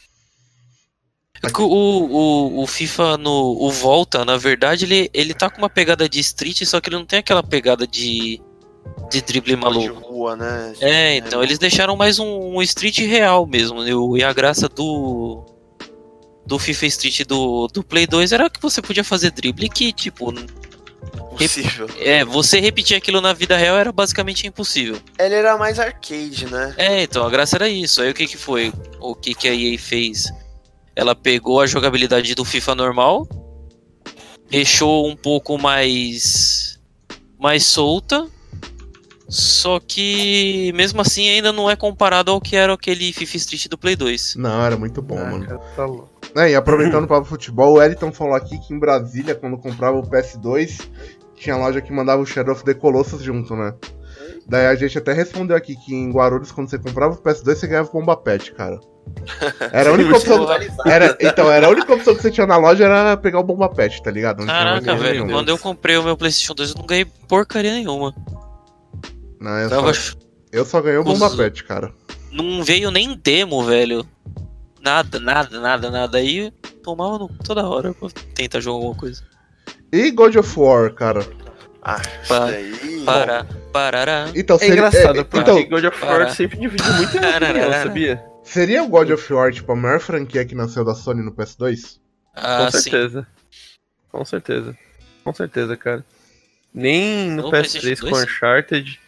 S4: É que O, o, o FIFA no o Volta, na verdade, ele, ele tá com uma pegada de street, só que ele não tem aquela pegada de, de drible
S2: De
S4: maluco.
S2: rua, né?
S4: É, então, eles deixaram mais um, um street real mesmo. né? O- E a graça do do FIFA Street do, do Play 2 era que você podia fazer drible que, tipo,
S2: Impossível.
S4: é, você repetir aquilo na vida real era basicamente impossível.
S2: Ele era mais arcade, né?
S4: É, então a graça era isso. Aí o que que foi? O que que a EA fez? Ela pegou a jogabilidade do FIFA normal, deixou um pouco mais mais solta, só que mesmo assim ainda não é comparado ao que era aquele FIFA Street do Play 2.
S1: Não, era muito bom,
S3: Ah,
S1: mano.
S3: cara, tá louco.
S1: É, e aproveitando o papo futebol, o Eliton falou aqui que em Brasília, quando comprava o PS2, tinha loja que mandava o Shadow of the Colossus junto, né? Daí a gente até respondeu aqui que em Guarulhos, quando você comprava o PS2, você ganhava bomba pet, cara. Era a única opção. Era, então, era a única opção que você tinha na loja era pegar o bomba pet, tá ligado? Não tinha mais
S4: Caraca,
S1: nenhuma
S4: velho,
S1: nenhuma.
S4: quando eu comprei o meu PlayStation 2 eu não ganhei porcaria nenhuma.
S1: Não, eu,
S4: Tava-
S1: É só, eu só ganhei o bomba
S4: Os-
S1: pet, cara.
S4: Não veio nem demo, velho. Nada, nada, nada, nada. Aí eu tomava no- toda hora pra tentar jogar alguma coisa.
S1: E God of War, cara.
S2: Ah, isso
S4: Pa-
S2: daí.
S4: Pará, parará.
S1: Então,
S3: É
S1: seria-
S3: engraçado,
S1: é,
S3: porque
S1: então,
S3: God of
S4: Para.
S3: War sempre dividiu muito a minha opinião, sabia?
S1: seria o God of War, tipo, a maior franquia que nasceu da Sony no PS2?
S4: Ah,
S3: Com
S4: sim.
S3: certeza. Com certeza. Com certeza, cara. Nem no
S4: No
S3: PS3
S4: PlayStation
S3: com Uncharted.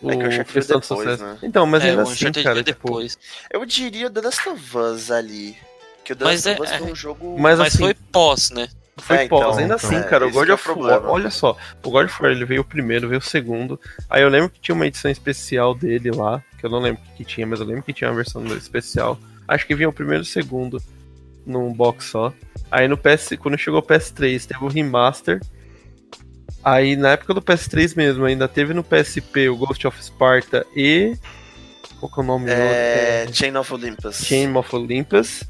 S3: O
S2: É que o Uncharted veio
S3: questão de
S2: depois,
S3: sucesso.
S2: né?
S3: Então, mas
S4: É,
S3: ainda
S4: o
S3: assim,
S4: Uncharted
S3: cara,
S4: veio
S3: tipo,
S4: depois.
S2: Eu diria The Last of Us ali. Que o The
S4: Mas
S2: Last of
S4: é-
S2: Us foi um jogo.
S3: mas,
S4: Mas,
S3: assim,
S4: foi pós, né?
S3: Foi
S2: É, então,
S3: pós, ainda
S1: então,
S3: assim,
S2: é,
S3: cara, o
S2: esse
S3: God
S2: que é o
S3: of War,
S2: problema.
S3: olha só, o God of War ele veio o primeiro, veio o segundo, aí eu lembro que tinha uma edição especial dele lá, que eu não lembro o que que tinha, mas eu lembro que tinha uma versão especial, acho que vinha o primeiro e o segundo, num box só, aí no PS, quando chegou o PS3, teve o remaster, aí na época do PS3 mesmo, ainda teve no PSP o Ghost of Sparta e... qual que é o nome?
S2: É, Chain of Olympus.
S3: Chain of Olympus,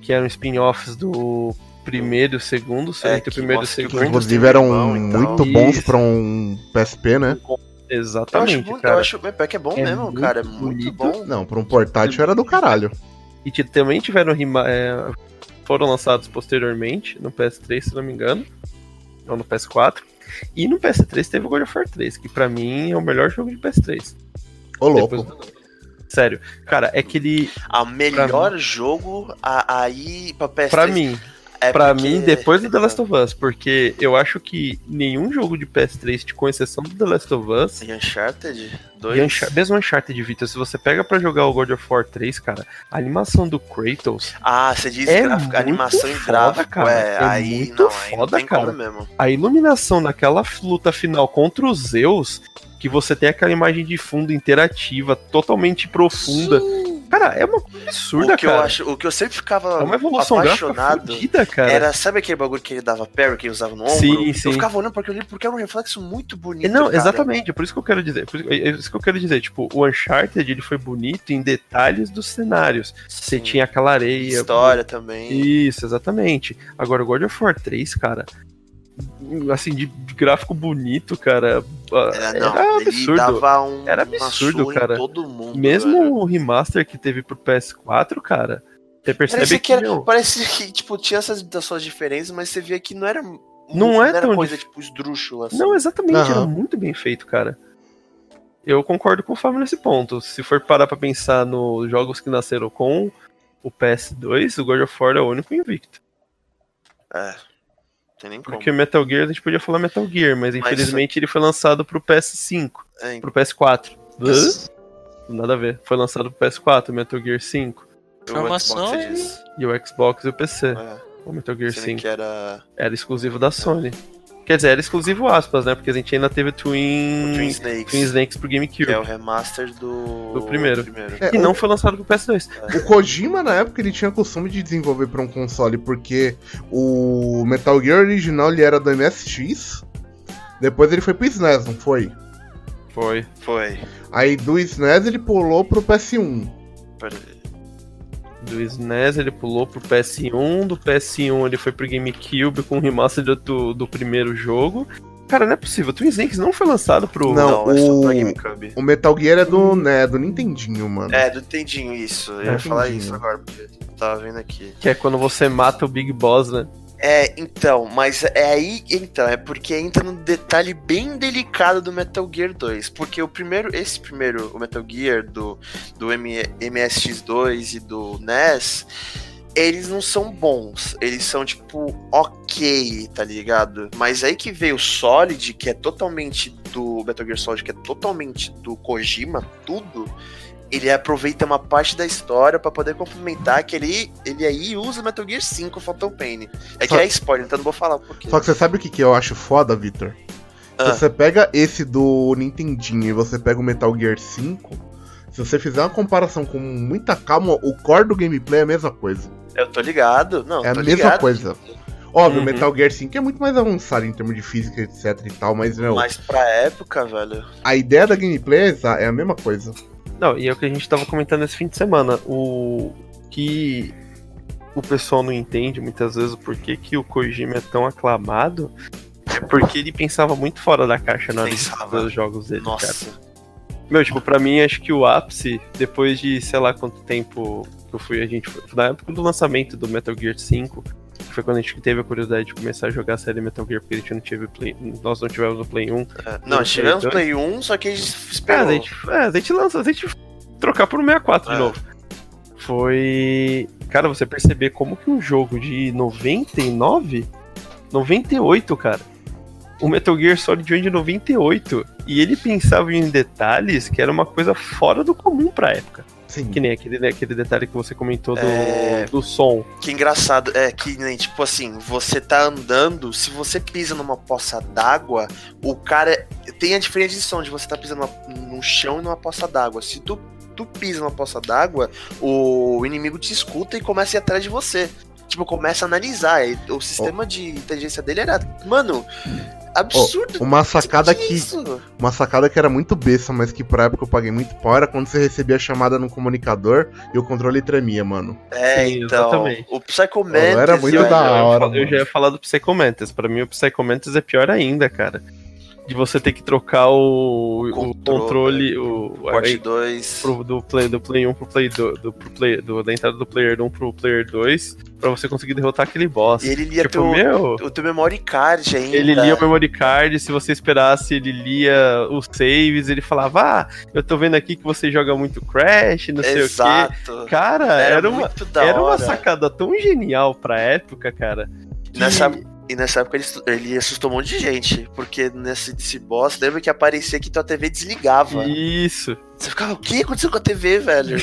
S3: que eram spin-offs do primeiro e o segundo, sendo
S2: É,
S3: que um
S2: que
S3: o primeiro e o
S2: mostra que
S3: segundo.
S2: Muitos
S1: Inclusive eram
S2: bom, então.
S1: muito bons
S3: Isso.
S1: pra um PSP, né?
S2: Eu acho,
S3: Exatamente,
S2: muito- eu
S3: cara.
S2: acho é que é bom
S3: É
S2: mesmo,
S3: muito
S2: cara. É muito
S3: bonito.
S2: bom.
S1: Não, pra um portátil era do caralho.
S3: E que também tiveram rima- é, foram lançados posteriormente no PS3, se não me engano, ou no PS4. E no PS3 teve o God of War 3, que pra mim é o melhor jogo de PS3.
S1: Ô
S3: Depois-
S1: louco.
S3: Sério, cara, é que ele,
S2: A melhor jogo a, aí pra PS3.
S3: pra mim,
S2: é
S3: Pra
S2: porque-
S3: mim, depois do The Last of Us, porque eu acho que nenhum jogo de PS3, com exceção do The Last of Us,
S2: E Uncharted 2.
S3: e Unchar mesmo Uncharted Vita, se você pega pra jogar o God of War 3, cara, a animação do Kratos,
S2: Ah, você diz
S3: É
S2: gráfico,
S3: muito
S2: animação e
S3: foda,
S2: gráfico.
S3: cara.
S2: É,
S3: É
S2: aí
S3: muito
S2: não, aí não
S3: foda,
S2: tem como
S3: cara.
S2: mesmo.
S3: a iluminação daquela luta final contra os Zeus, que você tem aquela imagem de fundo interativa, totalmente profunda, Cara, é uma coisa absurda,
S2: o que
S3: cara.
S2: Eu acho, o que eu sempre ficava
S3: É uma evolução gráfica
S2: apaixonado
S3: fodida, cara.
S2: era, sabe aquele bagulho que ele dava parry, que ele usava no ombro?
S3: Sim,
S2: Eu
S3: sim.
S2: ficava olhando porque eu li porque era um reflexo muito bonito.
S3: Não,
S2: cara.
S3: exatamente, é por isso que eu quero dizer. por isso- é isso que eu quero dizer. Tipo, o Uncharted ele foi bonito em detalhes dos cenários. Você
S2: Sim.
S3: tinha aquela areia.
S2: História também.
S3: Isso, exatamente. Agora, o God of War 3, cara. Assim, de de gráfico bonito, cara. ah,
S2: Era,
S3: Era,
S2: não,
S3: é absurdo.
S2: Ele dava um,
S3: Era
S2: uma
S3: absurdo,
S2: surra
S3: cara.
S2: Em todo mundo.
S3: Mesmo
S2: velho.
S3: o remaster que teve pro PS4, cara. Você percebe
S2: Parecia
S3: que,
S2: que, era,
S3: meu,
S2: parecia que, tipo, tinha essas das suas diferenças, mas você via que não era.
S3: Não é
S2: era
S3: tão
S2: coisa, tipo, esdrúxula. Assim.
S3: Não, é- exatamente, era
S5: Aham.
S3: muito bem feito, cara. Eu concordo com o Fábio nesse ponto. Se for parar pra pensar nos jogos que nasceram com o PS2, o God of War é o único invicto.
S2: É. Não tem nem como.
S3: Porque o Metal Gear, a gente podia falar Metal Gear, mas
S2: Mas-
S3: infelizmente ele foi lançado pro PS5,
S2: É,
S3: pro PS4. Hã? Nada a ver. Foi lançado pro PS4, Metal Gear 5
S2: eu vou te falar o que
S4: Informação,
S2: você disse.
S3: e o Xbox e o PC.
S2: É,
S3: O Metal Gear
S2: sendo
S3: 5
S2: que é. era.
S3: era exclusivo da Sony. Quer dizer, era exclusivo aspas, né? Porque a gente ainda teve
S2: o Twin
S3: Hum, Twin,
S2: Snakes.
S3: Twin Snakes pro GameCube.
S2: Que é o remaster do.
S3: Do primeiro.
S1: É,
S3: E não foi lançado pro PS2.
S1: O Kojima, na época, ele tinha costume de desenvolver para um console, porque o Metal Gear original ele era do MSX, depois ele foi pro SNES, não foi?
S3: Foi.
S2: Foi.
S1: Aí do SNES ele pulou pro PS1.
S2: Pera-
S3: Do SNES ele pulou pro PS1, do PS1 ele foi pro GameCube com o remaster do, do, do primeiro jogo. Cara, não é possível, Twin Snakes não foi lançado pro.
S1: Não,
S2: é só
S1: o-
S2: pra GameCube.
S1: O Metal Gear é do, né, do Nintendinho, mano.
S2: É, do Tendinho, isso. Eu
S1: É,
S2: ia falar
S1: Tendinho.
S2: isso agora, porque eu tava vendo aqui.
S3: Que é quando você mata o Big Boss, né?
S2: É, então, mas é aí, então, é porque entra num detalhe bem delicado do Metal Gear 2, porque o primeiro, esse primeiro, o Metal Gear do, do M- MSX2 e do NES, eles não são bons, eles são tipo ok, tá ligado? Mas aí que veio o Solid, que é totalmente do Metal Gear Solid, que é totalmente do Kojima, tudo, ele aproveita uma parte da história pra poder complementar que ele, ele aí usa Metal Gear 5 Phantom Pain. É que
S1: Só-
S2: é spoiler, então não vou falar porque.
S1: Só que você sabe o que, que eu acho foda, Victor?
S2: Ah.
S1: Se você pega esse do Nintendinho e você pega o Metal Gear 5, se você fizer uma comparação com muita calma, o core do gameplay é a mesma coisa.
S2: Eu tô ligado. Não,
S1: É a
S2: tô
S1: mesma
S2: ligado.
S1: coisa. Óbvio,
S3: Uhum.
S1: Metal Gear 5 é muito mais avançado em termos de física, etc e tal, mas, meu,
S2: Mas pra época, velho.
S1: a ideia da gameplay é exa- é a mesma coisa.
S3: Não, e é o que a gente tava comentando esse fim de semana. O que o pessoal não entende muitas vezes o porquê que o Kojima é tão aclamado é porque ele pensava muito fora da caixa na hora de
S2: Pensava.
S3: fazer os jogos dele, cara.
S2: Nossa.
S3: Meu, tipo, pra mim, acho que o ápice, depois de sei lá quanto tempo que eu fui, a gente foi. Na época do lançamento do Metal Gear 5, que foi quando a gente teve a curiosidade de começar a jogar a série Metal Gear, porque a gente não tive Play. Nós não tivemos no Play 1.
S2: É, Não,
S3: Play
S2: tivemos
S3: dois?
S2: Play 1, só que a gente
S3: É,
S2: esperou.
S3: a gente, é, a gente lança, a gente trocar por um 64
S2: É.
S3: de novo. Foi. Cara, você perceber como que um jogo de 99, 98, cara. O Metal Gear Solid 1 de 98. E ele pensava em detalhes que era uma coisa fora do comum pra época.
S1: Sim.
S3: Que nem aquele, né, aquele detalhe que você comentou do,
S2: É.
S3: do som.
S2: Que engraçado, é que nem tipo assim, você tá andando, se você pisa numa poça d'água, o cara tem a diferença de som de você tá pisando numa- no chão e numa poça d'água. Se tu, tu pisa numa poça d'água, o inimigo te escuta e começa a ir atrás de você. Tipo, começa a analisar. e O sistema de inteligência dele era, mano, absurdo.
S1: Uma sacada
S2: que
S1: que.
S2: isso?
S1: Uma sacada que era muito besta, mas que pra época eu paguei muito pau era quando você recebia a chamada no comunicador e o controle tremia, mano.
S2: É,
S3: Sim,
S2: então.
S3: exatamente.
S2: O Psycho
S1: Era
S2: Mantis,
S1: muito
S2: velho,
S1: da
S3: eu, ia
S1: hora,
S3: falar- eu
S1: mano.
S3: já ia falar do Psychomantis. Pra mim, o Psychomantis é pior ainda, cara. De você ter que trocar o, o
S2: Controle,
S3: controle o,
S2: Parte
S3: aí,
S2: 2.
S3: pro- do, play, do Play 1 pro Play 2. Do, pro play, do- da entrada do Player 1 pro Player 2. Pra você conseguir derrotar aquele boss.
S2: E ele lia
S3: tipo,
S2: teu,
S3: meu.
S2: o teu memory card ainda.
S3: Ele lia o memory card, se você esperasse, ele lia os saves, ele falava, ah, eu tô vendo aqui que você joga muito Crash, não sei o
S2: Exato.
S3: quê. Cara, era, uma,
S2: muito da
S3: era uma
S2: hora.
S3: sacada tão genial pra época, cara.
S2: E nessa, e nessa época ele, estu- ele assustou um monte de gente. Porque nesse desse boss, lembra que aparecia que tua TV desligava.
S3: Isso.
S2: Você ficava, o que aconteceu com a TV, velho?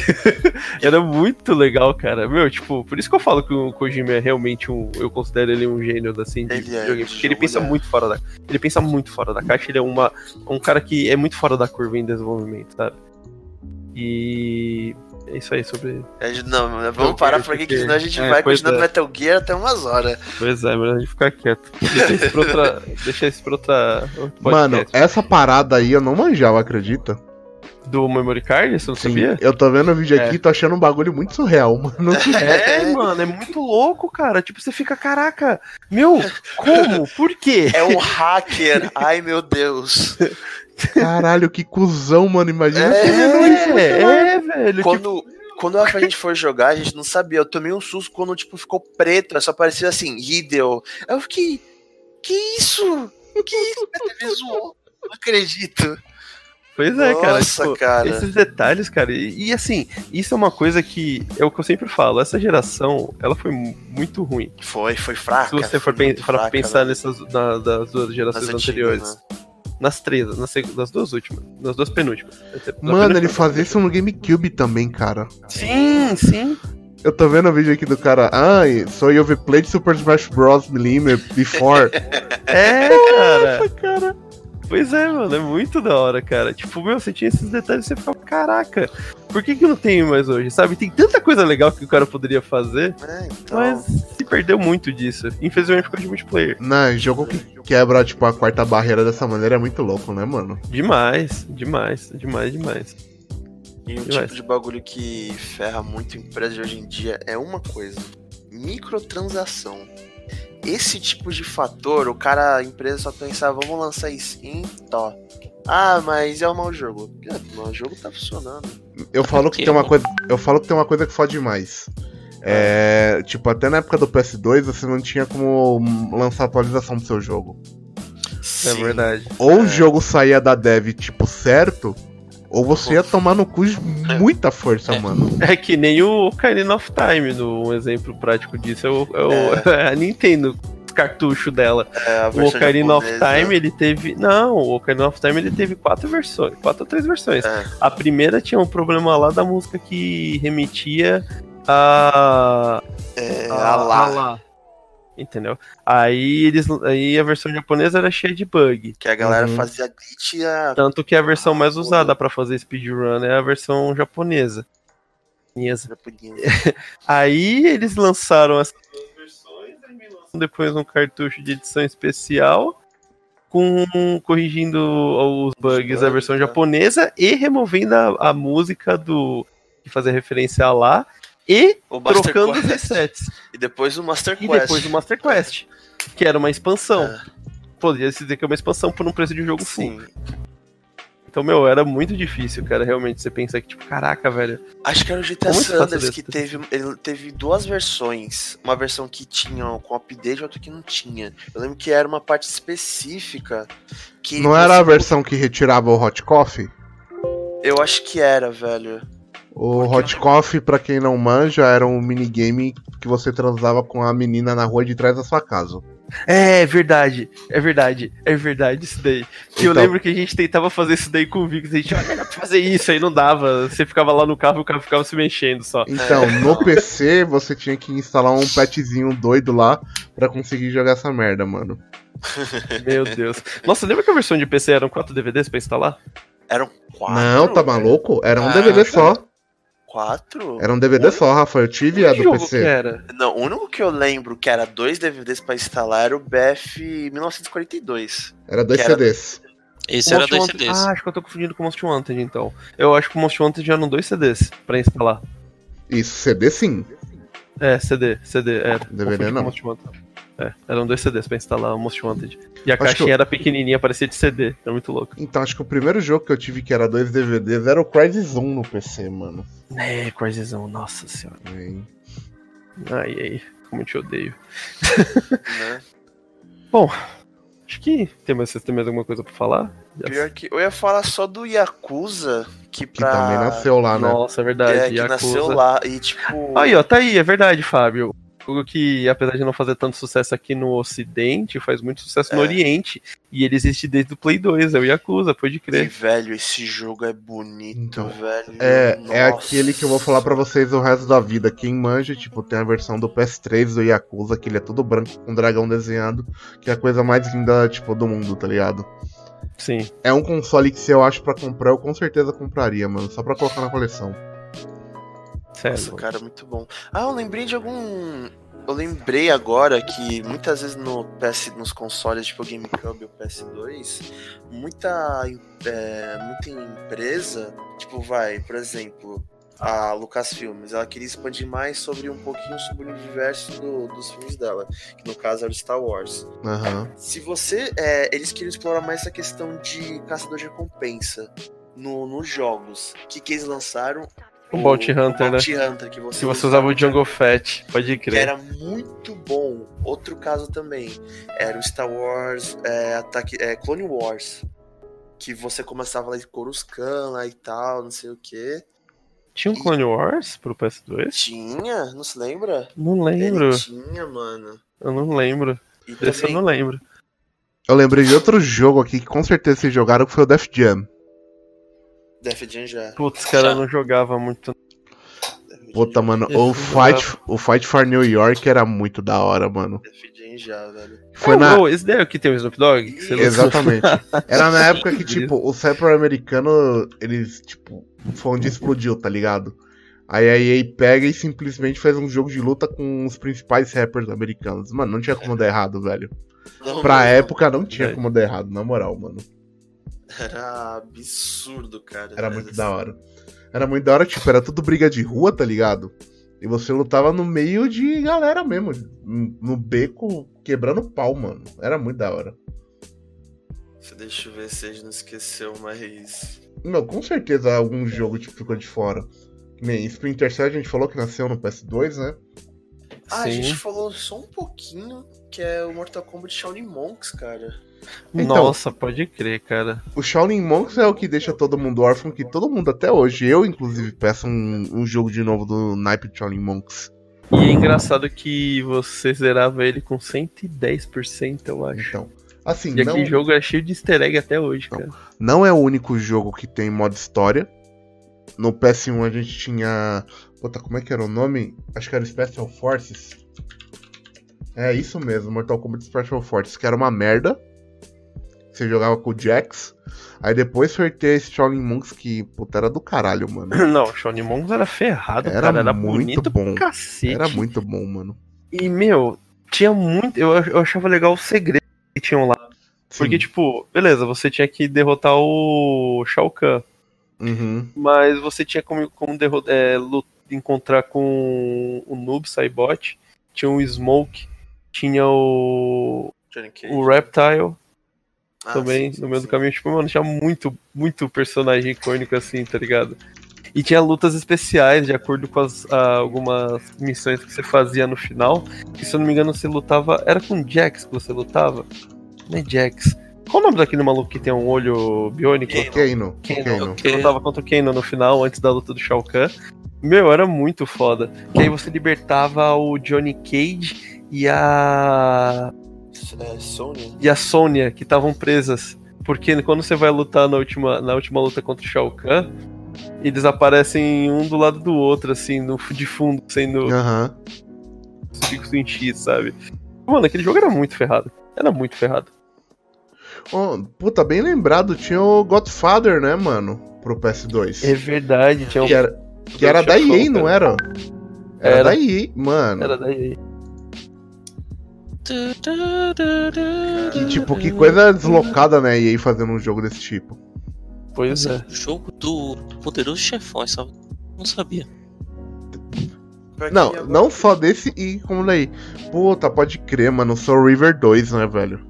S3: Era muito legal, cara. Meu, tipo, por isso que eu falo que o Kojima é realmente um. Eu considero ele um gênio, assim, de
S2: Ele é,
S3: videogame,
S2: de
S3: Porque ele
S2: jogo,
S3: pensa
S2: ele é.
S3: muito fora da. Ele pensa muito fora da caixa. Ele é uma, um cara que é muito fora da curva em desenvolvimento, sabe? E. É isso aí sobre.
S2: A gente- Não, mas vamos parar por aqui, que senão a gente
S3: É,
S2: vai
S3: pois
S2: continuar
S3: é.
S2: no Metal Gear até umas horas.
S3: Pois é, melhor a gente ficar quieto. Deixa isso pra outra. Deixa isso pra outra. outro
S1: Mano,
S3: podcast.
S1: essa parada aí eu não manjava, acredita?
S3: Do memory card, você não sabia?
S1: Eu tô vendo o vídeo
S3: É.
S1: aqui e tô achando um bagulho muito surreal, mano.
S3: É, mano, é muito louco, cara. Tipo, você fica, caraca, meu, como? Por quê?
S2: É um hacker, ai meu Deus.
S1: Caralho, que cuzão, mano. Imagina.
S2: É.
S1: você vendo isso.
S3: é, é, velho. tipo,
S2: Quando, quando a gente for jogar, a gente não sabia. Eu tomei um susto quando, tipo, ficou preto, só parecia assim, Hideo. Aí Eu fiquei, que isso? Que isso? A TV zoou. Não acredito.
S3: pois é, cara.
S2: Nossa,
S3: tipo,
S2: cara.
S3: Esses detalhes, cara. E, e, assim, isso é uma coisa que é o que eu sempre falo. Essa geração, ela foi mu- muito ruim.
S2: Foi, foi fraca.
S3: Se
S2: Ah,
S3: você for
S2: foi
S3: pen-
S2: muito
S3: parar pra
S2: fraca,
S3: pensar
S2: né?
S3: nessas na- das duas
S2: Nas
S3: gerações
S2: antigas,
S3: anteriores,
S2: né?
S3: nas três, nas, seg- nas duas últimas, nas duas penúltimas. Essa- na
S1: Mano, ele assim.
S3: penúltima-
S1: fazia isso no GameCube também, cara.
S3: Sim, sim.
S1: Eu tô vendo o vídeo aqui do cara. Ai, so you have played Super Smash Bros. Melee before.
S3: É, cara. Pois é, mano, é muito da hora, cara. Tipo, meu, você tinha esses detalhes e você ficava, caraca, por que, que eu não tenho mais hoje, sabe? Tem tanta coisa legal que o cara poderia fazer,
S2: É, então,
S3: mas se perdeu muito disso. Infelizmente ficou de multiplayer.
S1: Não, é jogo que quebra, tipo, a quarta barreira dessa maneira é muito louco, né, mano?
S3: Demais, demais, demais, demais.
S2: E um
S3: Demais.
S2: tipo de bagulho que ferra muito empresa de hoje em dia é uma coisa: microtransação. Esse tipo de fator, o cara, a empresa só pensava, vamos lançar skin, tó. Ah, mas é um mau jogo. É, o mau jogo tá funcionando.
S1: Eu falo que
S4: Que
S1: tem uma
S4: louco.
S1: coisa. Eu falo que tem uma coisa que fode demais. É. Tipo, até na época do PS2 você não tinha como lançar atualização do seu jogo.
S3: É
S2: Sim.
S3: verdade.
S1: Ou
S2: É.
S1: o jogo saía da dev, tipo, certo, ou você ia tomar no cu de muita força,
S4: É.
S1: mano.
S3: É que nem o Ocarina of Time, no, um exemplo prático disso, é, o, é o- a Nintendo, o cartucho dela.
S2: É, a
S3: O
S2: versão
S3: Ocarina of
S2: japonesa,
S3: Time, ele teve. Não, o Ocarina of Time ele teve quatro versões, quatro ou três versões.
S2: É.
S3: A primeira tinha um problema lá da música que remetia a.
S2: É,
S3: a-
S2: a lá,
S3: a tá lá. Entendeu? Aí eles. Aí a versão japonesa era cheia de bug.
S2: que a galera
S1: Uhum.
S2: fazia glitch e a...
S3: Tanto que a versão mais usada pra fazer speedrun é a versão japonesa. Japonesa. Aí eles lançaram essas duas versões, aí me lançam depois um cartucho de edição especial com corrigindo os bugs da versão
S2: né?
S3: japonesa e removendo a, a música do que fazia referência a lá e
S2: O Master
S3: trocando os
S2: Quest.
S3: resets
S2: E depois o Master
S3: e
S2: Quest.
S3: depois o Master Quest, que era uma expansão.
S2: É.
S3: Poderia se dizer que é uma expansão por um preço de jogo full.
S2: Sim.
S3: Então, meu, era muito difícil, cara, realmente você pensar que tipo, caraca, velho.
S2: Acho que era o GTA
S3: Muito fácil
S2: Sanders
S3: desse.
S2: que teve, ele teve duas versões. Uma versão que tinha com update e outra que não tinha. Eu lembro que era uma parte específica que.
S1: Não era a versão que retirava o Hot Coffee?
S2: Eu acho que era, velho.
S1: O Hot Coffee, pra quem não manja, era um minigame que você transava com a menina na rua de trás da sua casa.
S3: É verdade, é verdade, é verdade isso daí. Que eu
S1: Então.
S3: lembro que a gente tentava fazer isso daí com o Vix, a gente olha, dá pra fazer isso aí não dava. Você ficava lá no carro e o carro ficava se mexendo só.
S1: Então,
S2: É.
S1: no PC, você tinha que instalar um petzinho doido lá pra conseguir jogar essa merda, mano.
S3: Meu Deus. Nossa, lembra que a versão de PC eram quatro DVDs pra instalar?
S2: Eram quatro.
S1: não, tá maluco? Era um
S2: Ah,
S1: DVD só.
S2: Quatro?
S1: Era um DVD só, Rafa. Eu tive a
S3: que
S1: é do
S3: jogo que é?
S1: PC.
S3: era?
S2: Não, o único que eu lembro que era dois DVDs pra instalar era o BF 1942.
S1: Era dois
S2: Que era-
S1: CDs.
S4: Esse era
S3: Monster
S4: dois
S3: Hunter-
S4: CDs.
S3: Ah, acho que eu tô confundindo com o Monster Hunter, então. Eu acho que o Monster Hunter já eram dois CDs pra instalar.
S1: Isso, CD sim.
S3: É, CD, CD, era.
S1: DVD
S3: Confundi com
S1: não.
S3: o Monster Hunter. É, eram dois CDs pra instalar o Most Wanted. E a
S1: Acho que
S3: caixinha
S1: eu-
S3: era pequenininha, parecia de CD. Era muito louco.
S1: Então, acho que o primeiro jogo que eu tive que era dois DVDs era o Crysis 1 no PC, mano.
S3: É, Cryzizão, nossa senhora.
S1: Aí.
S3: Ai, ai, como eu te odeio.
S2: Né?
S3: Acho que tem mais, vocês têm mais alguma coisa pra falar? Já-
S2: Pior que. Eu ia falar só do Yakuza, que
S1: Que
S2: pra.
S1: também nasceu Ah, lá, né?
S3: Nossa, é verdade.
S2: É, que
S3: Yakuza.
S2: nasceu lá. E tipo.
S3: Aí, ó, tá aí, é verdade, Fábio. O jogo que, apesar de não fazer tanto sucesso aqui no Ocidente, faz muito sucesso no
S2: É.
S3: Oriente. E ele existe desde o Play 2, é o Yakuza, pode
S2: E,
S3: crer.
S2: velho, esse jogo é bonito,
S1: Então,
S2: velho.
S1: É, é
S2: Nossa.
S1: aquele que eu vou falar pra vocês o resto da vida. Quem manja, tipo, tem a versão do PS3 do Yakuza, que ele é todo branco com dragão desenhado, que é a coisa mais linda, tipo, do mundo, tá ligado?
S3: Sim.
S1: É um console que se eu acho pra comprar, eu com certeza compraria, mano, só pra colocar na coleção.
S2: Nossa, cara, muito bom. Ah, eu lembrei de algum. Eu lembrei agora que muitas vezes no PS, nos consoles tipo GameCube ou PS2, muita, é, muita empresa, tipo, vai, por exemplo, a Lucasfilmes, ela queria expandir mais sobre um pouquinho sobre o universo do- dos filmes dela, que no caso era o Star Wars.
S1: Aham.
S2: Se você. é, eles queriam explorar mais essa questão de caçador de recompensa no, nos jogos. O que, que eles lançaram?
S3: O Bounty Hunter, né?
S2: Bounty Hunter, que você,
S3: Se você usava o Jungle Fett, pode
S2: que
S3: crer.
S2: era muito bom. Outro caso também era o Star Wars é, Ataque, é, Clone Wars. Que você começava lá de Coruscant lá e tal, não sei o que.
S3: Tinha um Clone Wars pro PS2?
S2: Tinha? Não se lembra?
S3: Não lembro.
S2: Ele tinha, mano.
S3: Eu não lembro.
S2: E
S3: Esse eu
S2: também-
S3: não lembro.
S1: Eu lembrei de outro jogo aqui que com certeza vocês jogaram, que foi o Death Jam.
S2: Def Jam já.
S3: Putz, cara, eu não jogava muito.
S2: Def
S1: Puta,
S2: Jam-
S1: mano,
S3: Esse
S1: o
S3: eu jogava.
S1: Fight, o Fight for New York era muito da hora, mano.
S2: Def Jam já, velho.
S1: Foi
S3: ah,
S1: na.
S3: ô, esse daí é o que tem o Snoop Dogg? Que você lançou?
S1: Exatamente. Era na época que, tipo, o cyber americano, eles, tipo, foi onde explodiu, tá ligado? Aí a EA pega e simplesmente faz um jogo de luta com os principais rappers americanos. Mano, não tinha como dar errado, velho.
S2: Não,
S1: Pra
S2: mano,
S1: época não tinha
S3: Velho.
S1: como dar errado, na moral, mano.
S2: Era absurdo, cara.
S1: Era
S2: né,
S1: muito
S2: assim.
S1: da hora. Era muito da hora, tipo, era tudo briga de rua, tá ligado? E você lutava no meio de galera mesmo, no no beco, quebrando pau, mano. Era muito da hora.
S2: Você- Deixa eu ver se a gente não esqueceu, mas.
S1: Não, com certeza algum jogo tipo, ficou de fora. Que Nem Splinter Cell a gente falou que nasceu no PS2, né?
S2: Ah, a
S3: Sim.
S2: gente falou só um pouquinho que é o Mortal Kombat Shaolin Monks, cara.
S1: Então.
S3: Nossa, pode crer, cara.
S1: O Shaolin Monks é o que deixa todo mundo órfão, que todo mundo até hoje, eu inclusive, peço um, um jogo de novo do naipe de Shaolin Monks.
S3: E é engraçado que você zerava ele com 110%, eu acho.
S1: Então, assim,
S3: E
S1: não,
S3: aquele jogo é cheio de easter egg até hoje,
S1: Não.
S3: cara.
S1: não é o único jogo que tem modo história. No PS1 a gente tinha. Puta, como é que era o nome? Acho que era Special Forces. É isso mesmo, Mortal Kombat Special Forces, que era uma merda. Você jogava com o Jax. Aí depois foi ter Shaolin Monks, que, puta, era do caralho, mano.
S3: Não, Shawn Monks era ferrado,
S1: Era
S3: cara. Era
S1: muito
S3: bonito
S1: bom.
S3: pra cacete.
S1: Era muito bom, mano.
S3: E, meu, tinha muito. Eu, eu achava legal o segredo que tinham lá. Porque,
S1: Sim.
S3: tipo, beleza, você tinha que derrotar o Shao Kahn.
S1: Uhum.
S3: Mas você tinha como, como derro- é, lu- encontrar com o Noob Saibot. Tinha o Smoke. Tinha o,
S2: Johnny Cage.
S3: o Reptile
S2: Ah,
S3: também
S2: sim,
S3: no
S2: sim,
S3: meio do
S2: sim.
S3: caminho. Tipo, mano, tinha muito, muito personagem icônico assim, tá ligado? E tinha lutas especiais, de acordo com as, ah, algumas missões que você fazia no final. Que se eu não me engano, você lutava. Era com Jax que você lutava? Não é Jax. Qual o nome daquele maluco que tem um olho biônico?
S2: Kano. É
S1: Kano.
S3: Kano.
S1: Kano.
S3: que lutava contra o Kano no final, antes da luta do Shao Kahn. Meu, era muito foda. Que aí você libertava o Johnny Cage e a.
S2: É, Sony.
S3: e a Sônia, que estavam presas. Porque quando você vai lutar na última, na última luta contra o Shao Kahn, eles aparecem um do lado do outro, assim, no, de fundo, sendo
S1: Aham.
S3: fixo em X, sabe? Mano, aquele jogo era muito ferrado. Era muito ferrado.
S1: Oh, puta, bem lembrado, tinha o Godfather, né, mano? Pro PS2.
S3: É verdade, tinha um.
S1: Que era, que era da EA, não é? era? Era,
S3: né? Era.
S1: da EA, mano.
S3: Era da EA.
S1: Que tipo, que coisa deslocada, né? EA fazendo um jogo desse tipo.
S3: Pois é.
S4: Jogo do poderoso chefão, essa eu não sabia.
S2: Pra
S1: Não,
S2: quem é agora-
S1: não só desse e como daí. Puta, pode crer, mano. Sou River 2, né, velho?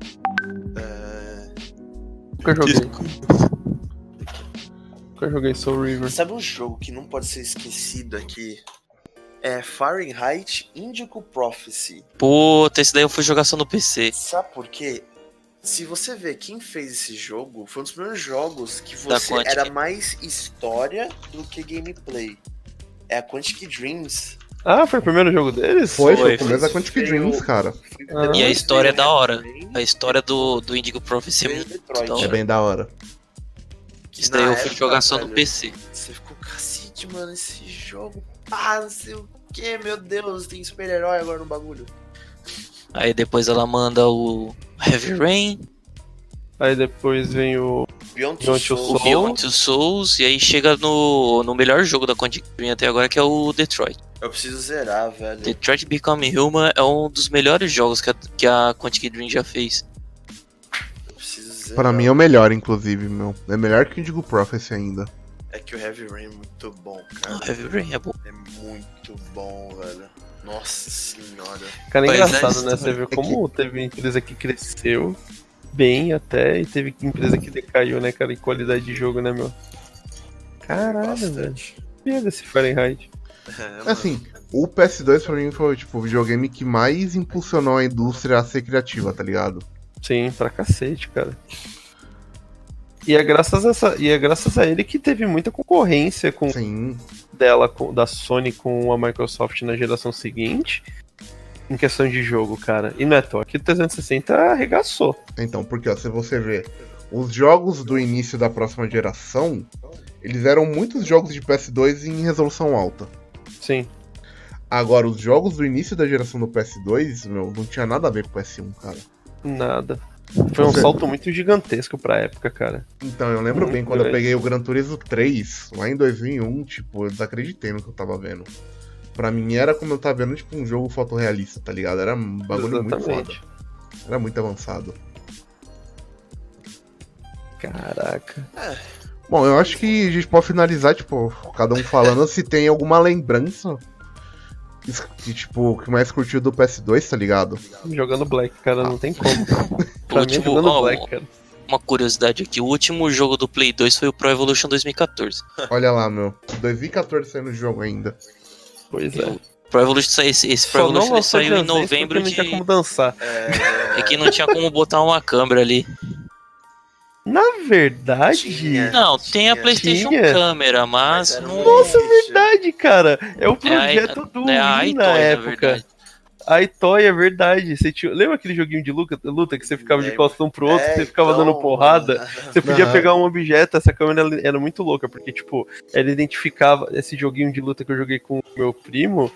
S2: É,
S3: Nunca joguei. Nunca joguei Soul River.
S2: Sabe um jogo que não pode ser esquecido aqui? É Fahrenheit Indigo Prophecy.
S4: Puta, esse daí eu fui jogar só no PC.
S2: Sabe por quê? Se você ver quem fez esse jogo, foi um dos primeiros jogos que
S4: Da
S2: você
S4: Quantic.
S2: era mais história do que gameplay. É a Quantic Dreams.
S3: Ah, foi o primeiro jogo deles?
S1: Foi, foi,
S4: foi.
S1: o começo da Quantic
S2: Veio-
S1: Dreams, cara.
S2: Foi
S3: Ah.
S2: depois
S3: E a
S4: história é
S2: veio
S4: da hora.
S2: Heavy Rain,
S4: A história do, do Indigo Prophecy é
S2: veio
S4: muito
S2: Detroit.
S4: da
S1: É
S4: hora.
S1: bem da hora.
S2: que
S4: Isso daí
S2: na
S4: eu fui
S2: época,
S4: jogar só no
S2: velho,
S4: PC.
S2: Você ficou cacete, mano, esse jogo. Pá, não sei o que, meu Deus, tem super-herói agora no bagulho.
S4: Aí depois ela manda o Heavy Rain.
S3: Aí depois vem o
S2: Beyond Two
S3: Beyond Two
S2: Souls.
S4: o Beyond Two Souls, e aí chega no, no melhor jogo da Quantic Dream até agora, que é o Detroit.
S2: Eu preciso zerar, velho.
S4: Detroit Become Human é um dos melhores jogos que a, que a Quantic Dream já fez.
S2: Eu preciso zerar.
S1: Pra mim é o melhor, inclusive, meu. É melhor que o Indigo Prophecy ainda.
S2: É que o Heavy Rain é muito bom,
S4: Ah,
S2: cara.
S4: Heavy Rain é bom.
S2: É muito bom, velho. Nossa senhora.
S3: Cara, é
S4: Pois é,
S3: engraçado, né?
S4: isso
S3: Você vê como teve empresa que cresceu bem até e teve empresa que decaiu, né, cara, em qualidade de jogo, né, meu? Caralho, velho.
S2: Bastante.
S3: Pega esse Fahrenheit.
S2: É, mano.
S1: Assim, o PS2 pra mim foi tipo, o videogame que mais impulsionou a indústria a ser criativa, tá ligado?
S3: Sim, pra cacete, cara. E é graças a, essa- e é graças a ele que teve muita concorrência com
S1: Sim.
S3: dela, com- da Sony com a Microsoft na geração seguinte. Em questão de jogo, cara. E não é toque, o 360 arregaçou.
S1: Então, porque ó, se você ver, os jogos do início da próxima geração, eles eram muitos jogos de PS2 em resolução alta.
S3: Sim.
S1: Agora, os jogos do início da geração do PS2, meu, não tinha nada a ver com o PS1, cara.
S3: Nada. Foi um
S1: Você-
S3: salto muito gigantesco pra época, cara.
S1: Então, eu lembro bem
S3: Muito
S1: quando eu
S3: grande.
S1: peguei o Gran Turismo 3, lá em 2001, tipo, eu desacreditei no que eu tava vendo. Pra mim era como eu tava vendo, tipo, um jogo fotorrealista, tá ligado? Era um bagulho muito foda. Era muito avançado.
S3: Caraca.
S1: Bom, eu acho que a gente pode finalizar, tipo, cada um falando se tem alguma lembrança es- que, tipo, que mais curtiu do PS2, tá ligado?
S3: Jogando Black, cara, não tem como.
S4: O
S3: pra mim, é
S4: último,
S3: jogando
S4: Tipo, ó,
S3: Black, cara.
S4: uma curiosidade aqui, o último jogo do Play 2 foi o Pro Evolution 2014.
S1: Olha lá, meu. 2014 saindo o jogo ainda.
S3: Pois é.
S4: Pro Evolution, sa- esse, esse Pro Evolution ele
S3: lançou
S4: saiu em
S3: dia 10 porque
S4: novembro
S3: Não
S4: de...
S3: tinha como dançar.
S2: É,
S4: É que não tinha como botar uma câmera ali.
S3: Na verdade...
S2: Tinha.
S4: Não, tem a
S2: Tinha.
S4: PlayStation
S3: Tinha?
S4: Câmera, mas.
S2: era um
S4: não-
S3: Nossa,
S2: lixo.
S3: verdade, cara. É o
S4: É a-
S3: projeto do
S4: é a
S3: Wii
S4: iToy,
S3: na
S4: na
S3: época.
S4: verdade.
S3: A Toy é verdade. Você tinha... Lembra aquele joguinho de luta, luta que você ficava de
S2: Lembro.
S3: costas um pro outro,
S2: É,
S3: você ficava
S2: então,
S3: dando porrada?
S2: mano.
S3: Você podia
S1: Aham.
S3: pegar um objeto, essa câmera ela- era muito louca, porque, tipo, ela identificava esse joguinho de luta que eu joguei com o meu primo.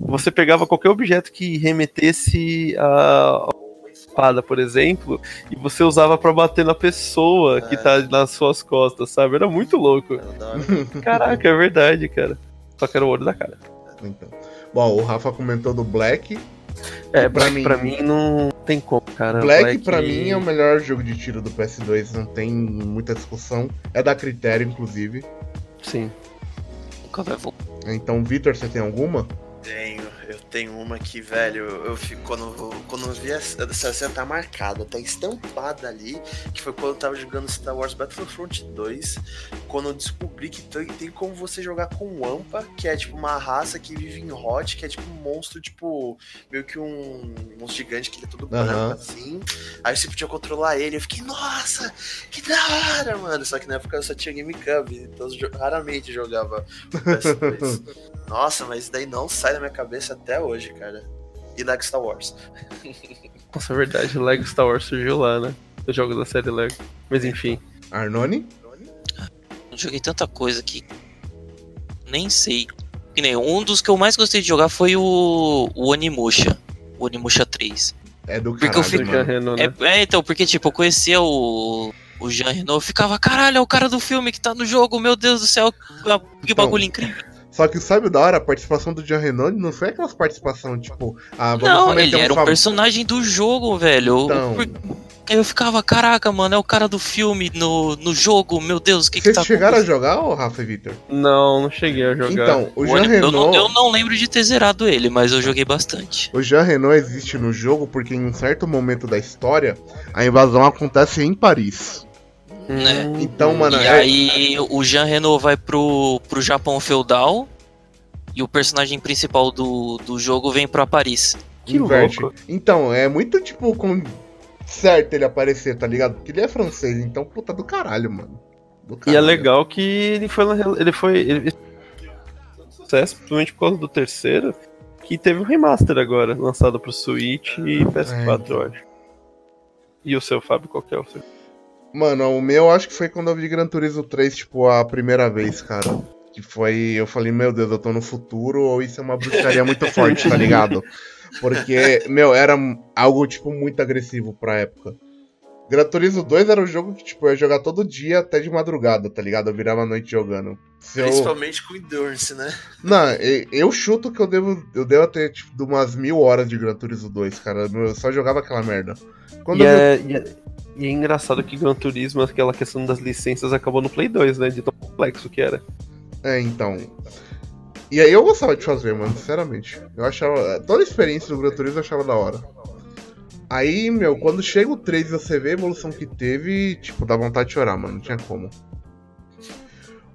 S3: Você pegava qualquer objeto que remetesse a a uma espada, por exemplo, e você usava pra bater na pessoa que
S2: É.
S3: tá nas suas costas, sabe? Era muito louco.
S2: Era da hora.
S3: Caraca, é verdade, cara. Só que era o olho da cara.
S1: Então. Bom, o Rafa comentou do Black. pra
S3: É, pra
S1: mim-
S3: mim, pra mim não tem como, cara.
S1: Black, pra mim, é o melhor jogo de tiro do PS2, não tem muita discussão. É da critério, inclusive.
S3: Sim.
S4: Nunca vai voltar.
S1: Então, Vitor, você tem alguma?
S2: Tenho, eu tenho uma que, velho, eu fico quando, quando eu vi essa, essa cena tá marcada, tá estampada ali, que foi quando eu tava jogando Star Wars Battlefront 2, quando eu descobri que tem, tem como você jogar com Wampa, que é tipo uma raça que vive em Hot, que é tipo um monstro, tipo, meio que um monstro gigante que ele é todo branco
S1: Aham.
S2: assim. Aí você podia controlar ele, eu fiquei, nossa, que da hora, mano. Só que na época eu só tinha GameCube, então eu jo- raramente jogava o PS2. Nossa, mas isso daí não sai da minha cabeça até hoje, cara. E Lego Star Wars.
S3: Nossa, é verdade, Lego Star Wars surgiu lá, né? Os jogos da série Lego. Mas enfim.
S1: Arnone?
S4: Eu Joguei tanta coisa que. Nem sei. Que nem um dos que eu mais gostei de jogar foi o. O Onimusha. O Onimusha 3.
S1: É do
S4: Porque eu
S1: caralho,
S4: fui-
S3: Do Jean
S1: mano.
S3: Reno, né?
S4: É, é, então, porque, tipo, eu conhecia o. O Jean Renault, eu ficava, caralho, é o cara do filme que tá no jogo, meu Deus do céu, que-
S1: Então,
S4: que bagulho incrível.
S1: Só que sabe da hora, a participação do Jean Renone não foi aquelas participações, tipo, ah, vamos
S4: Não,
S1: meter
S4: ele era um
S1: fam-
S4: personagem do jogo, velho.
S1: Então.
S4: Por- Eu ficava, caraca, mano, é o cara do filme no, no jogo, meu Deus, o que, que
S1: Vocês
S4: tá
S1: chegaram a
S4: acontecendo?
S1: jogar, ô Rafa e Vitor?
S3: Não, não cheguei a jogar.
S1: Então, o Jean
S4: eu, não, eu
S1: Renault.
S4: não lembro de ter zerado ele, mas eu joguei bastante.
S1: O Jean Renault existe no jogo porque em um certo momento da história a invasão acontece em Paris.
S4: né?
S3: Hum,
S1: Então, mano,
S4: e
S1: é-
S4: aí o Jean Reno vai pro, pro Japão feudal e o personagem principal do, do jogo vem pra Paris.
S3: Que
S1: Inverte.
S3: louco.
S1: Um Então, é muito tipo com certo ele aparecer, tá ligado? Porque ele é francês, então puta do caralho, mano. Do
S3: E
S1: caralho.
S3: é legal que ele foi. Ele foi. Ele... Sucesso, principalmente por causa do terceiro. Que teve um remaster agora, lançado pro Switch e PS4, eu acho. E o seu, Fábio, qual que é o seu?
S1: Mano, o meu acho que foi quando eu vi Gran Turismo 3, tipo, a primeira vez, cara. Que foi, eu falei, meu Deus, eu tô no futuro, ou isso é uma bruxaria muito forte, tá ligado? Porque, meu, era algo, tipo, muito agressivo pra época. Gran Turismo 2 era um jogo que, tipo, eu ia jogar todo dia até de madrugada, tá ligado? Eu virava a noite jogando. Se eu-
S2: Principalmente com Endurance, né?
S1: Não, e- eu chuto que eu devo, eu devo ter, tipo, de umas mil horas de Gran Turismo 2, cara. Eu só jogava aquela merda. Quando
S3: E
S1: eu-
S3: é, e, é, e é engraçado que Gran Turismo, aquela questão das licenças, acabou no Play 2, né? De tão complexo que era.
S1: É, então. E aí eu gostava de fazer, mano, sinceramente. Eu achava. Toda a experiência do Gran Turismo eu achava da hora. Aí, meu, quando chega o 3 e você vê a evolução que teve, tipo, dá vontade de chorar, mano. Não tinha como.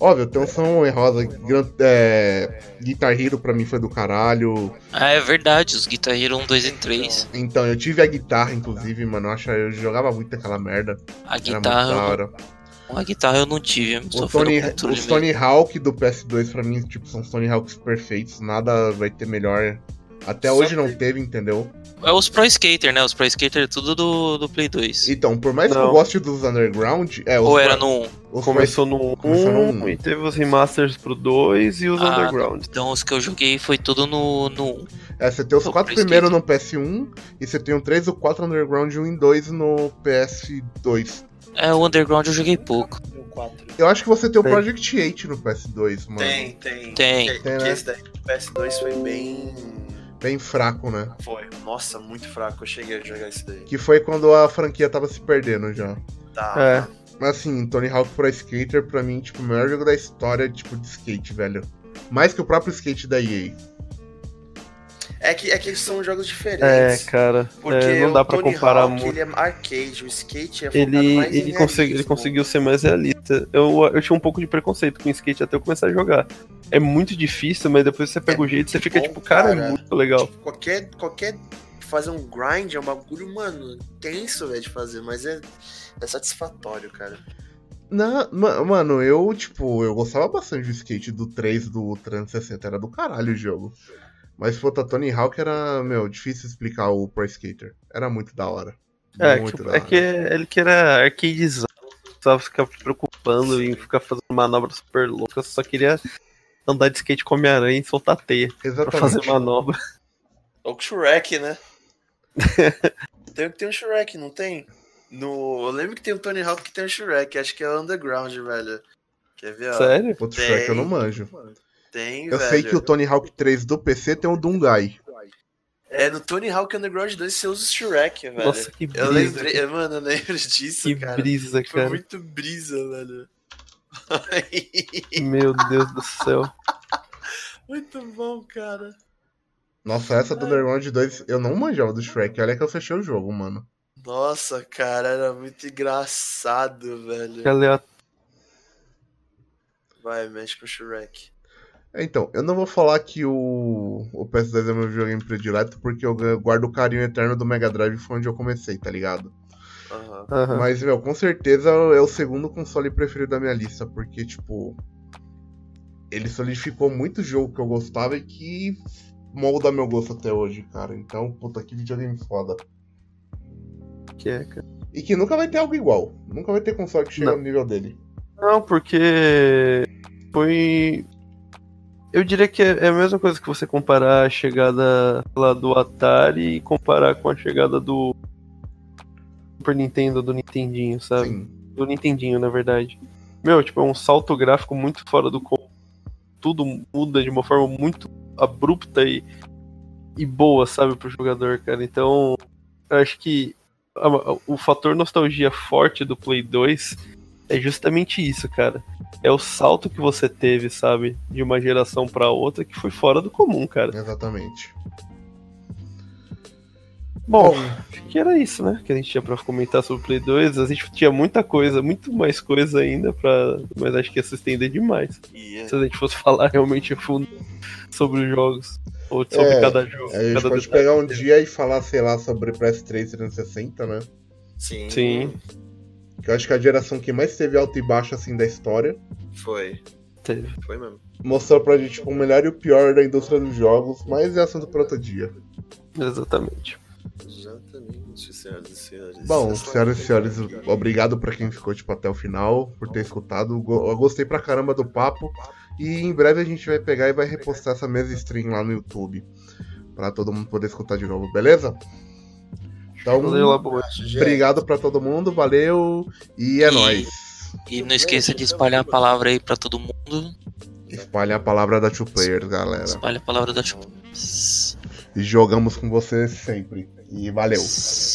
S1: Óbvio, tem um som em rosa. Gran, é, Guitar Hero pra mim foi do caralho.
S4: Ah, é verdade, os Guitar Hero 1, 2 e 3.
S1: Então, eu tive a guitarra, inclusive, mano. Eu, achava, eu jogava muito aquela merda.
S4: A
S1: Era muito da
S4: guitarra,
S1: hora.
S4: a guitarra eu não tive, só
S1: O
S4: foi
S1: Tony,
S4: no controle
S1: os
S4: mesmo.
S1: Tony Hawk do PS2 pra mim, tipo, são os Tony Hawks perfeitos, nada vai ter melhor. Até
S2: Só
S1: hoje não
S2: que-
S1: teve, entendeu?
S4: É os Pro Skater, né? Os Pro Skater é tudo do, do Play 2.
S1: Então, por mais que
S3: Não.
S1: eu goste dos Underground, é, os,
S4: Ou era no 1.
S1: os
S3: Começou no
S1: Começou no
S3: 1
S1: um.
S3: e teve os remasters pro 2 e os
S4: Ah,
S3: Underground.
S4: Então os que eu joguei foi tudo no, no 1.
S1: é, você tem os
S4: Pô,
S1: quatro
S4: Pro
S1: primeiros no PS1 e você tem o 3, o 4 Underground 1 e 2 no PS2.
S4: É, o Underground eu joguei pouco.
S2: No 4.
S1: Eu acho que você tem o
S3: Tem.
S1: Project 8 no PS2, mano.
S2: Tem, tem.
S4: Tem.
S2: Que-
S1: Tem,
S2: que
S1: né?
S2: Esse daí do PS2 foi bem.
S1: Bem fraco, né?
S2: Foi. Nossa, muito fraco. Eu cheguei a jogar esse daí.
S1: Que foi quando a franquia tava se perdendo já.
S2: Tá.
S3: É.
S1: Mas assim, Tony Hawk Pro Skater, pra mim, tipo, o melhor jogo da história, tipo, de skate, velho. Mais que o próprio skate da EA.
S2: É que, é que são jogos
S3: É,
S2: diferentes.
S3: cara.
S2: Porque
S3: é, não dá
S2: o
S3: pra
S2: Tony
S3: comparar
S2: Hawk,
S3: muito.
S2: Ele é arcade, o skate é focado
S3: Ele,
S2: mais em
S3: ele, consegue, ele
S2: realismo.
S3: conseguiu ser mais realista. Eu, eu tinha um pouco de preconceito com skate até eu começar a jogar. É muito difícil, mas depois você pega
S2: É
S3: o jeito, você fica
S2: bom,
S3: tipo, cara,
S2: cara.
S3: é muito legal.
S2: Tipo, qualquer, qualquer. Fazer um grind é um bagulho, mano, tenso, velho, de fazer, mas é, é satisfatório, cara.
S1: Na, ma- mano, eu, tipo, eu gostava bastante do skate do 3 do 360, era do caralho o jogo. Mas, puta, Tony Hawk era, meu, difícil explicar o Pro Skater. Era muito da hora.
S3: É,
S1: muito
S3: tipo, é que ele que era arcadezado, precisava ficar preocupando em ficar fazendo manobra super louca. Só queria andar de skate com Homem-Aranha e soltar teia pra fazer
S1: Exatamente.
S3: manobra.
S2: Ou com o Shrek, né? tem, tem um Shrek, não tem? No, eu lembro que tem um Tony Hawk que tem um Shrek, acho que é Underground, velho. Quer ver? ó?
S3: Sério?
S1: Outro Shrek eu não manjo.
S2: Tem,
S1: Eu
S2: velho.
S1: sei que o Tony Hawk 3 do PC tem o Dungai.
S2: É, no Tony Hawk Underground 2 você usa o Shrek, velho.
S3: Nossa, que brisa.
S2: eu lembrei, é, mano, eu lembro disso,
S3: que
S2: cara.
S3: brisa,
S2: Foi
S3: cara.
S2: muito brisa, velho.
S3: Meu Deus do céu.
S2: muito bom, cara.
S1: Nossa, essa do Underground 2 eu não manjava do Shrek. Olha que eu fechei o jogo, mano.
S2: Nossa, cara, era muito engraçado, velho.
S3: Que aleatório.
S2: Vai, mexe com o Shrek.
S1: É, Então, eu não vou falar que o, o PS2 é meu videogame predileto, porque eu ga- guardo o carinho eterno do Mega Drive, foi onde eu comecei, tá ligado?
S2: Aham.
S3: Aham.
S1: Mas, meu, com certeza é o segundo console preferido da minha lista, porque, tipo, ele solidificou muito jogo que eu gostava e que molda meu gosto até hoje, cara. Então, puta, que videogame foda.
S3: Que é, cara.
S1: E que nunca vai ter algo igual. Nunca vai ter console que chega
S3: Não.
S1: no nível dele.
S3: Não, porque foi. Eu diria que é é a mesma coisa que você comparar a chegada lá do Atari e comparar com a chegada do Super Nintendo, do Nintendinho, sabe?
S1: Sim.
S3: Do Nintendinho, na verdade. Meu, tipo, é um salto gráfico muito fora do comum. Tudo muda de uma forma muito abrupta e, e boa, sabe, pro jogador, cara. Então, eu acho que a- a- o fator nostalgia forte do Play 2 é justamente isso, cara. É o salto que você teve, sabe, de uma geração pra outra que foi fora do comum, cara.
S1: Exatamente.
S3: Bom, acho que era isso, né? Que a gente tinha pra comentar sobre o Play 2. A gente tinha muita coisa, muito mais coisa ainda pra. Mas acho que ia se estender demais.
S1: É.
S2: E
S3: Se a gente fosse falar realmente a fundo sobre os jogos. Ou sobre
S1: É,
S3: cada jogo.
S1: A gente
S3: cada
S1: pode
S3: detalhe.
S1: pegar um dia e falar, sei lá, sobre PS3 360, né?
S2: Sim.
S3: Sim.
S1: Que eu acho que é a geração que mais teve alto e baixo assim da história.
S2: Foi.
S3: Teve.
S2: Foi mesmo.
S1: Mostrou pra gente tipo, o melhor e o pior da indústria dos jogos, mas é assunto pra outro dia.
S3: Exatamente.
S2: Exatamente, né, senhoras e senhores.
S1: Bom,
S2: Essa-
S1: senhoras e senhores, obrigado pra quem ficou tipo, até o final, por ter escutado. Go- Eu gostei pra caramba do papo. E em breve a gente vai pegar e vai repostar essa mesma stream lá no YouTube. Pra todo mundo poder escutar de novo, beleza? Então,
S3: Valeu, Labuta.
S1: obrigado pra todo mundo, valeu e é
S4: E-
S1: nóis.
S4: E não esqueça de espalhar a palavra aí pra todo mundo.
S1: Espalha a palavra da Two Players, galera.
S4: Espalha a palavra da Chupa.
S1: E jogamos com vocês sempre. E valeu.
S4: Valeu.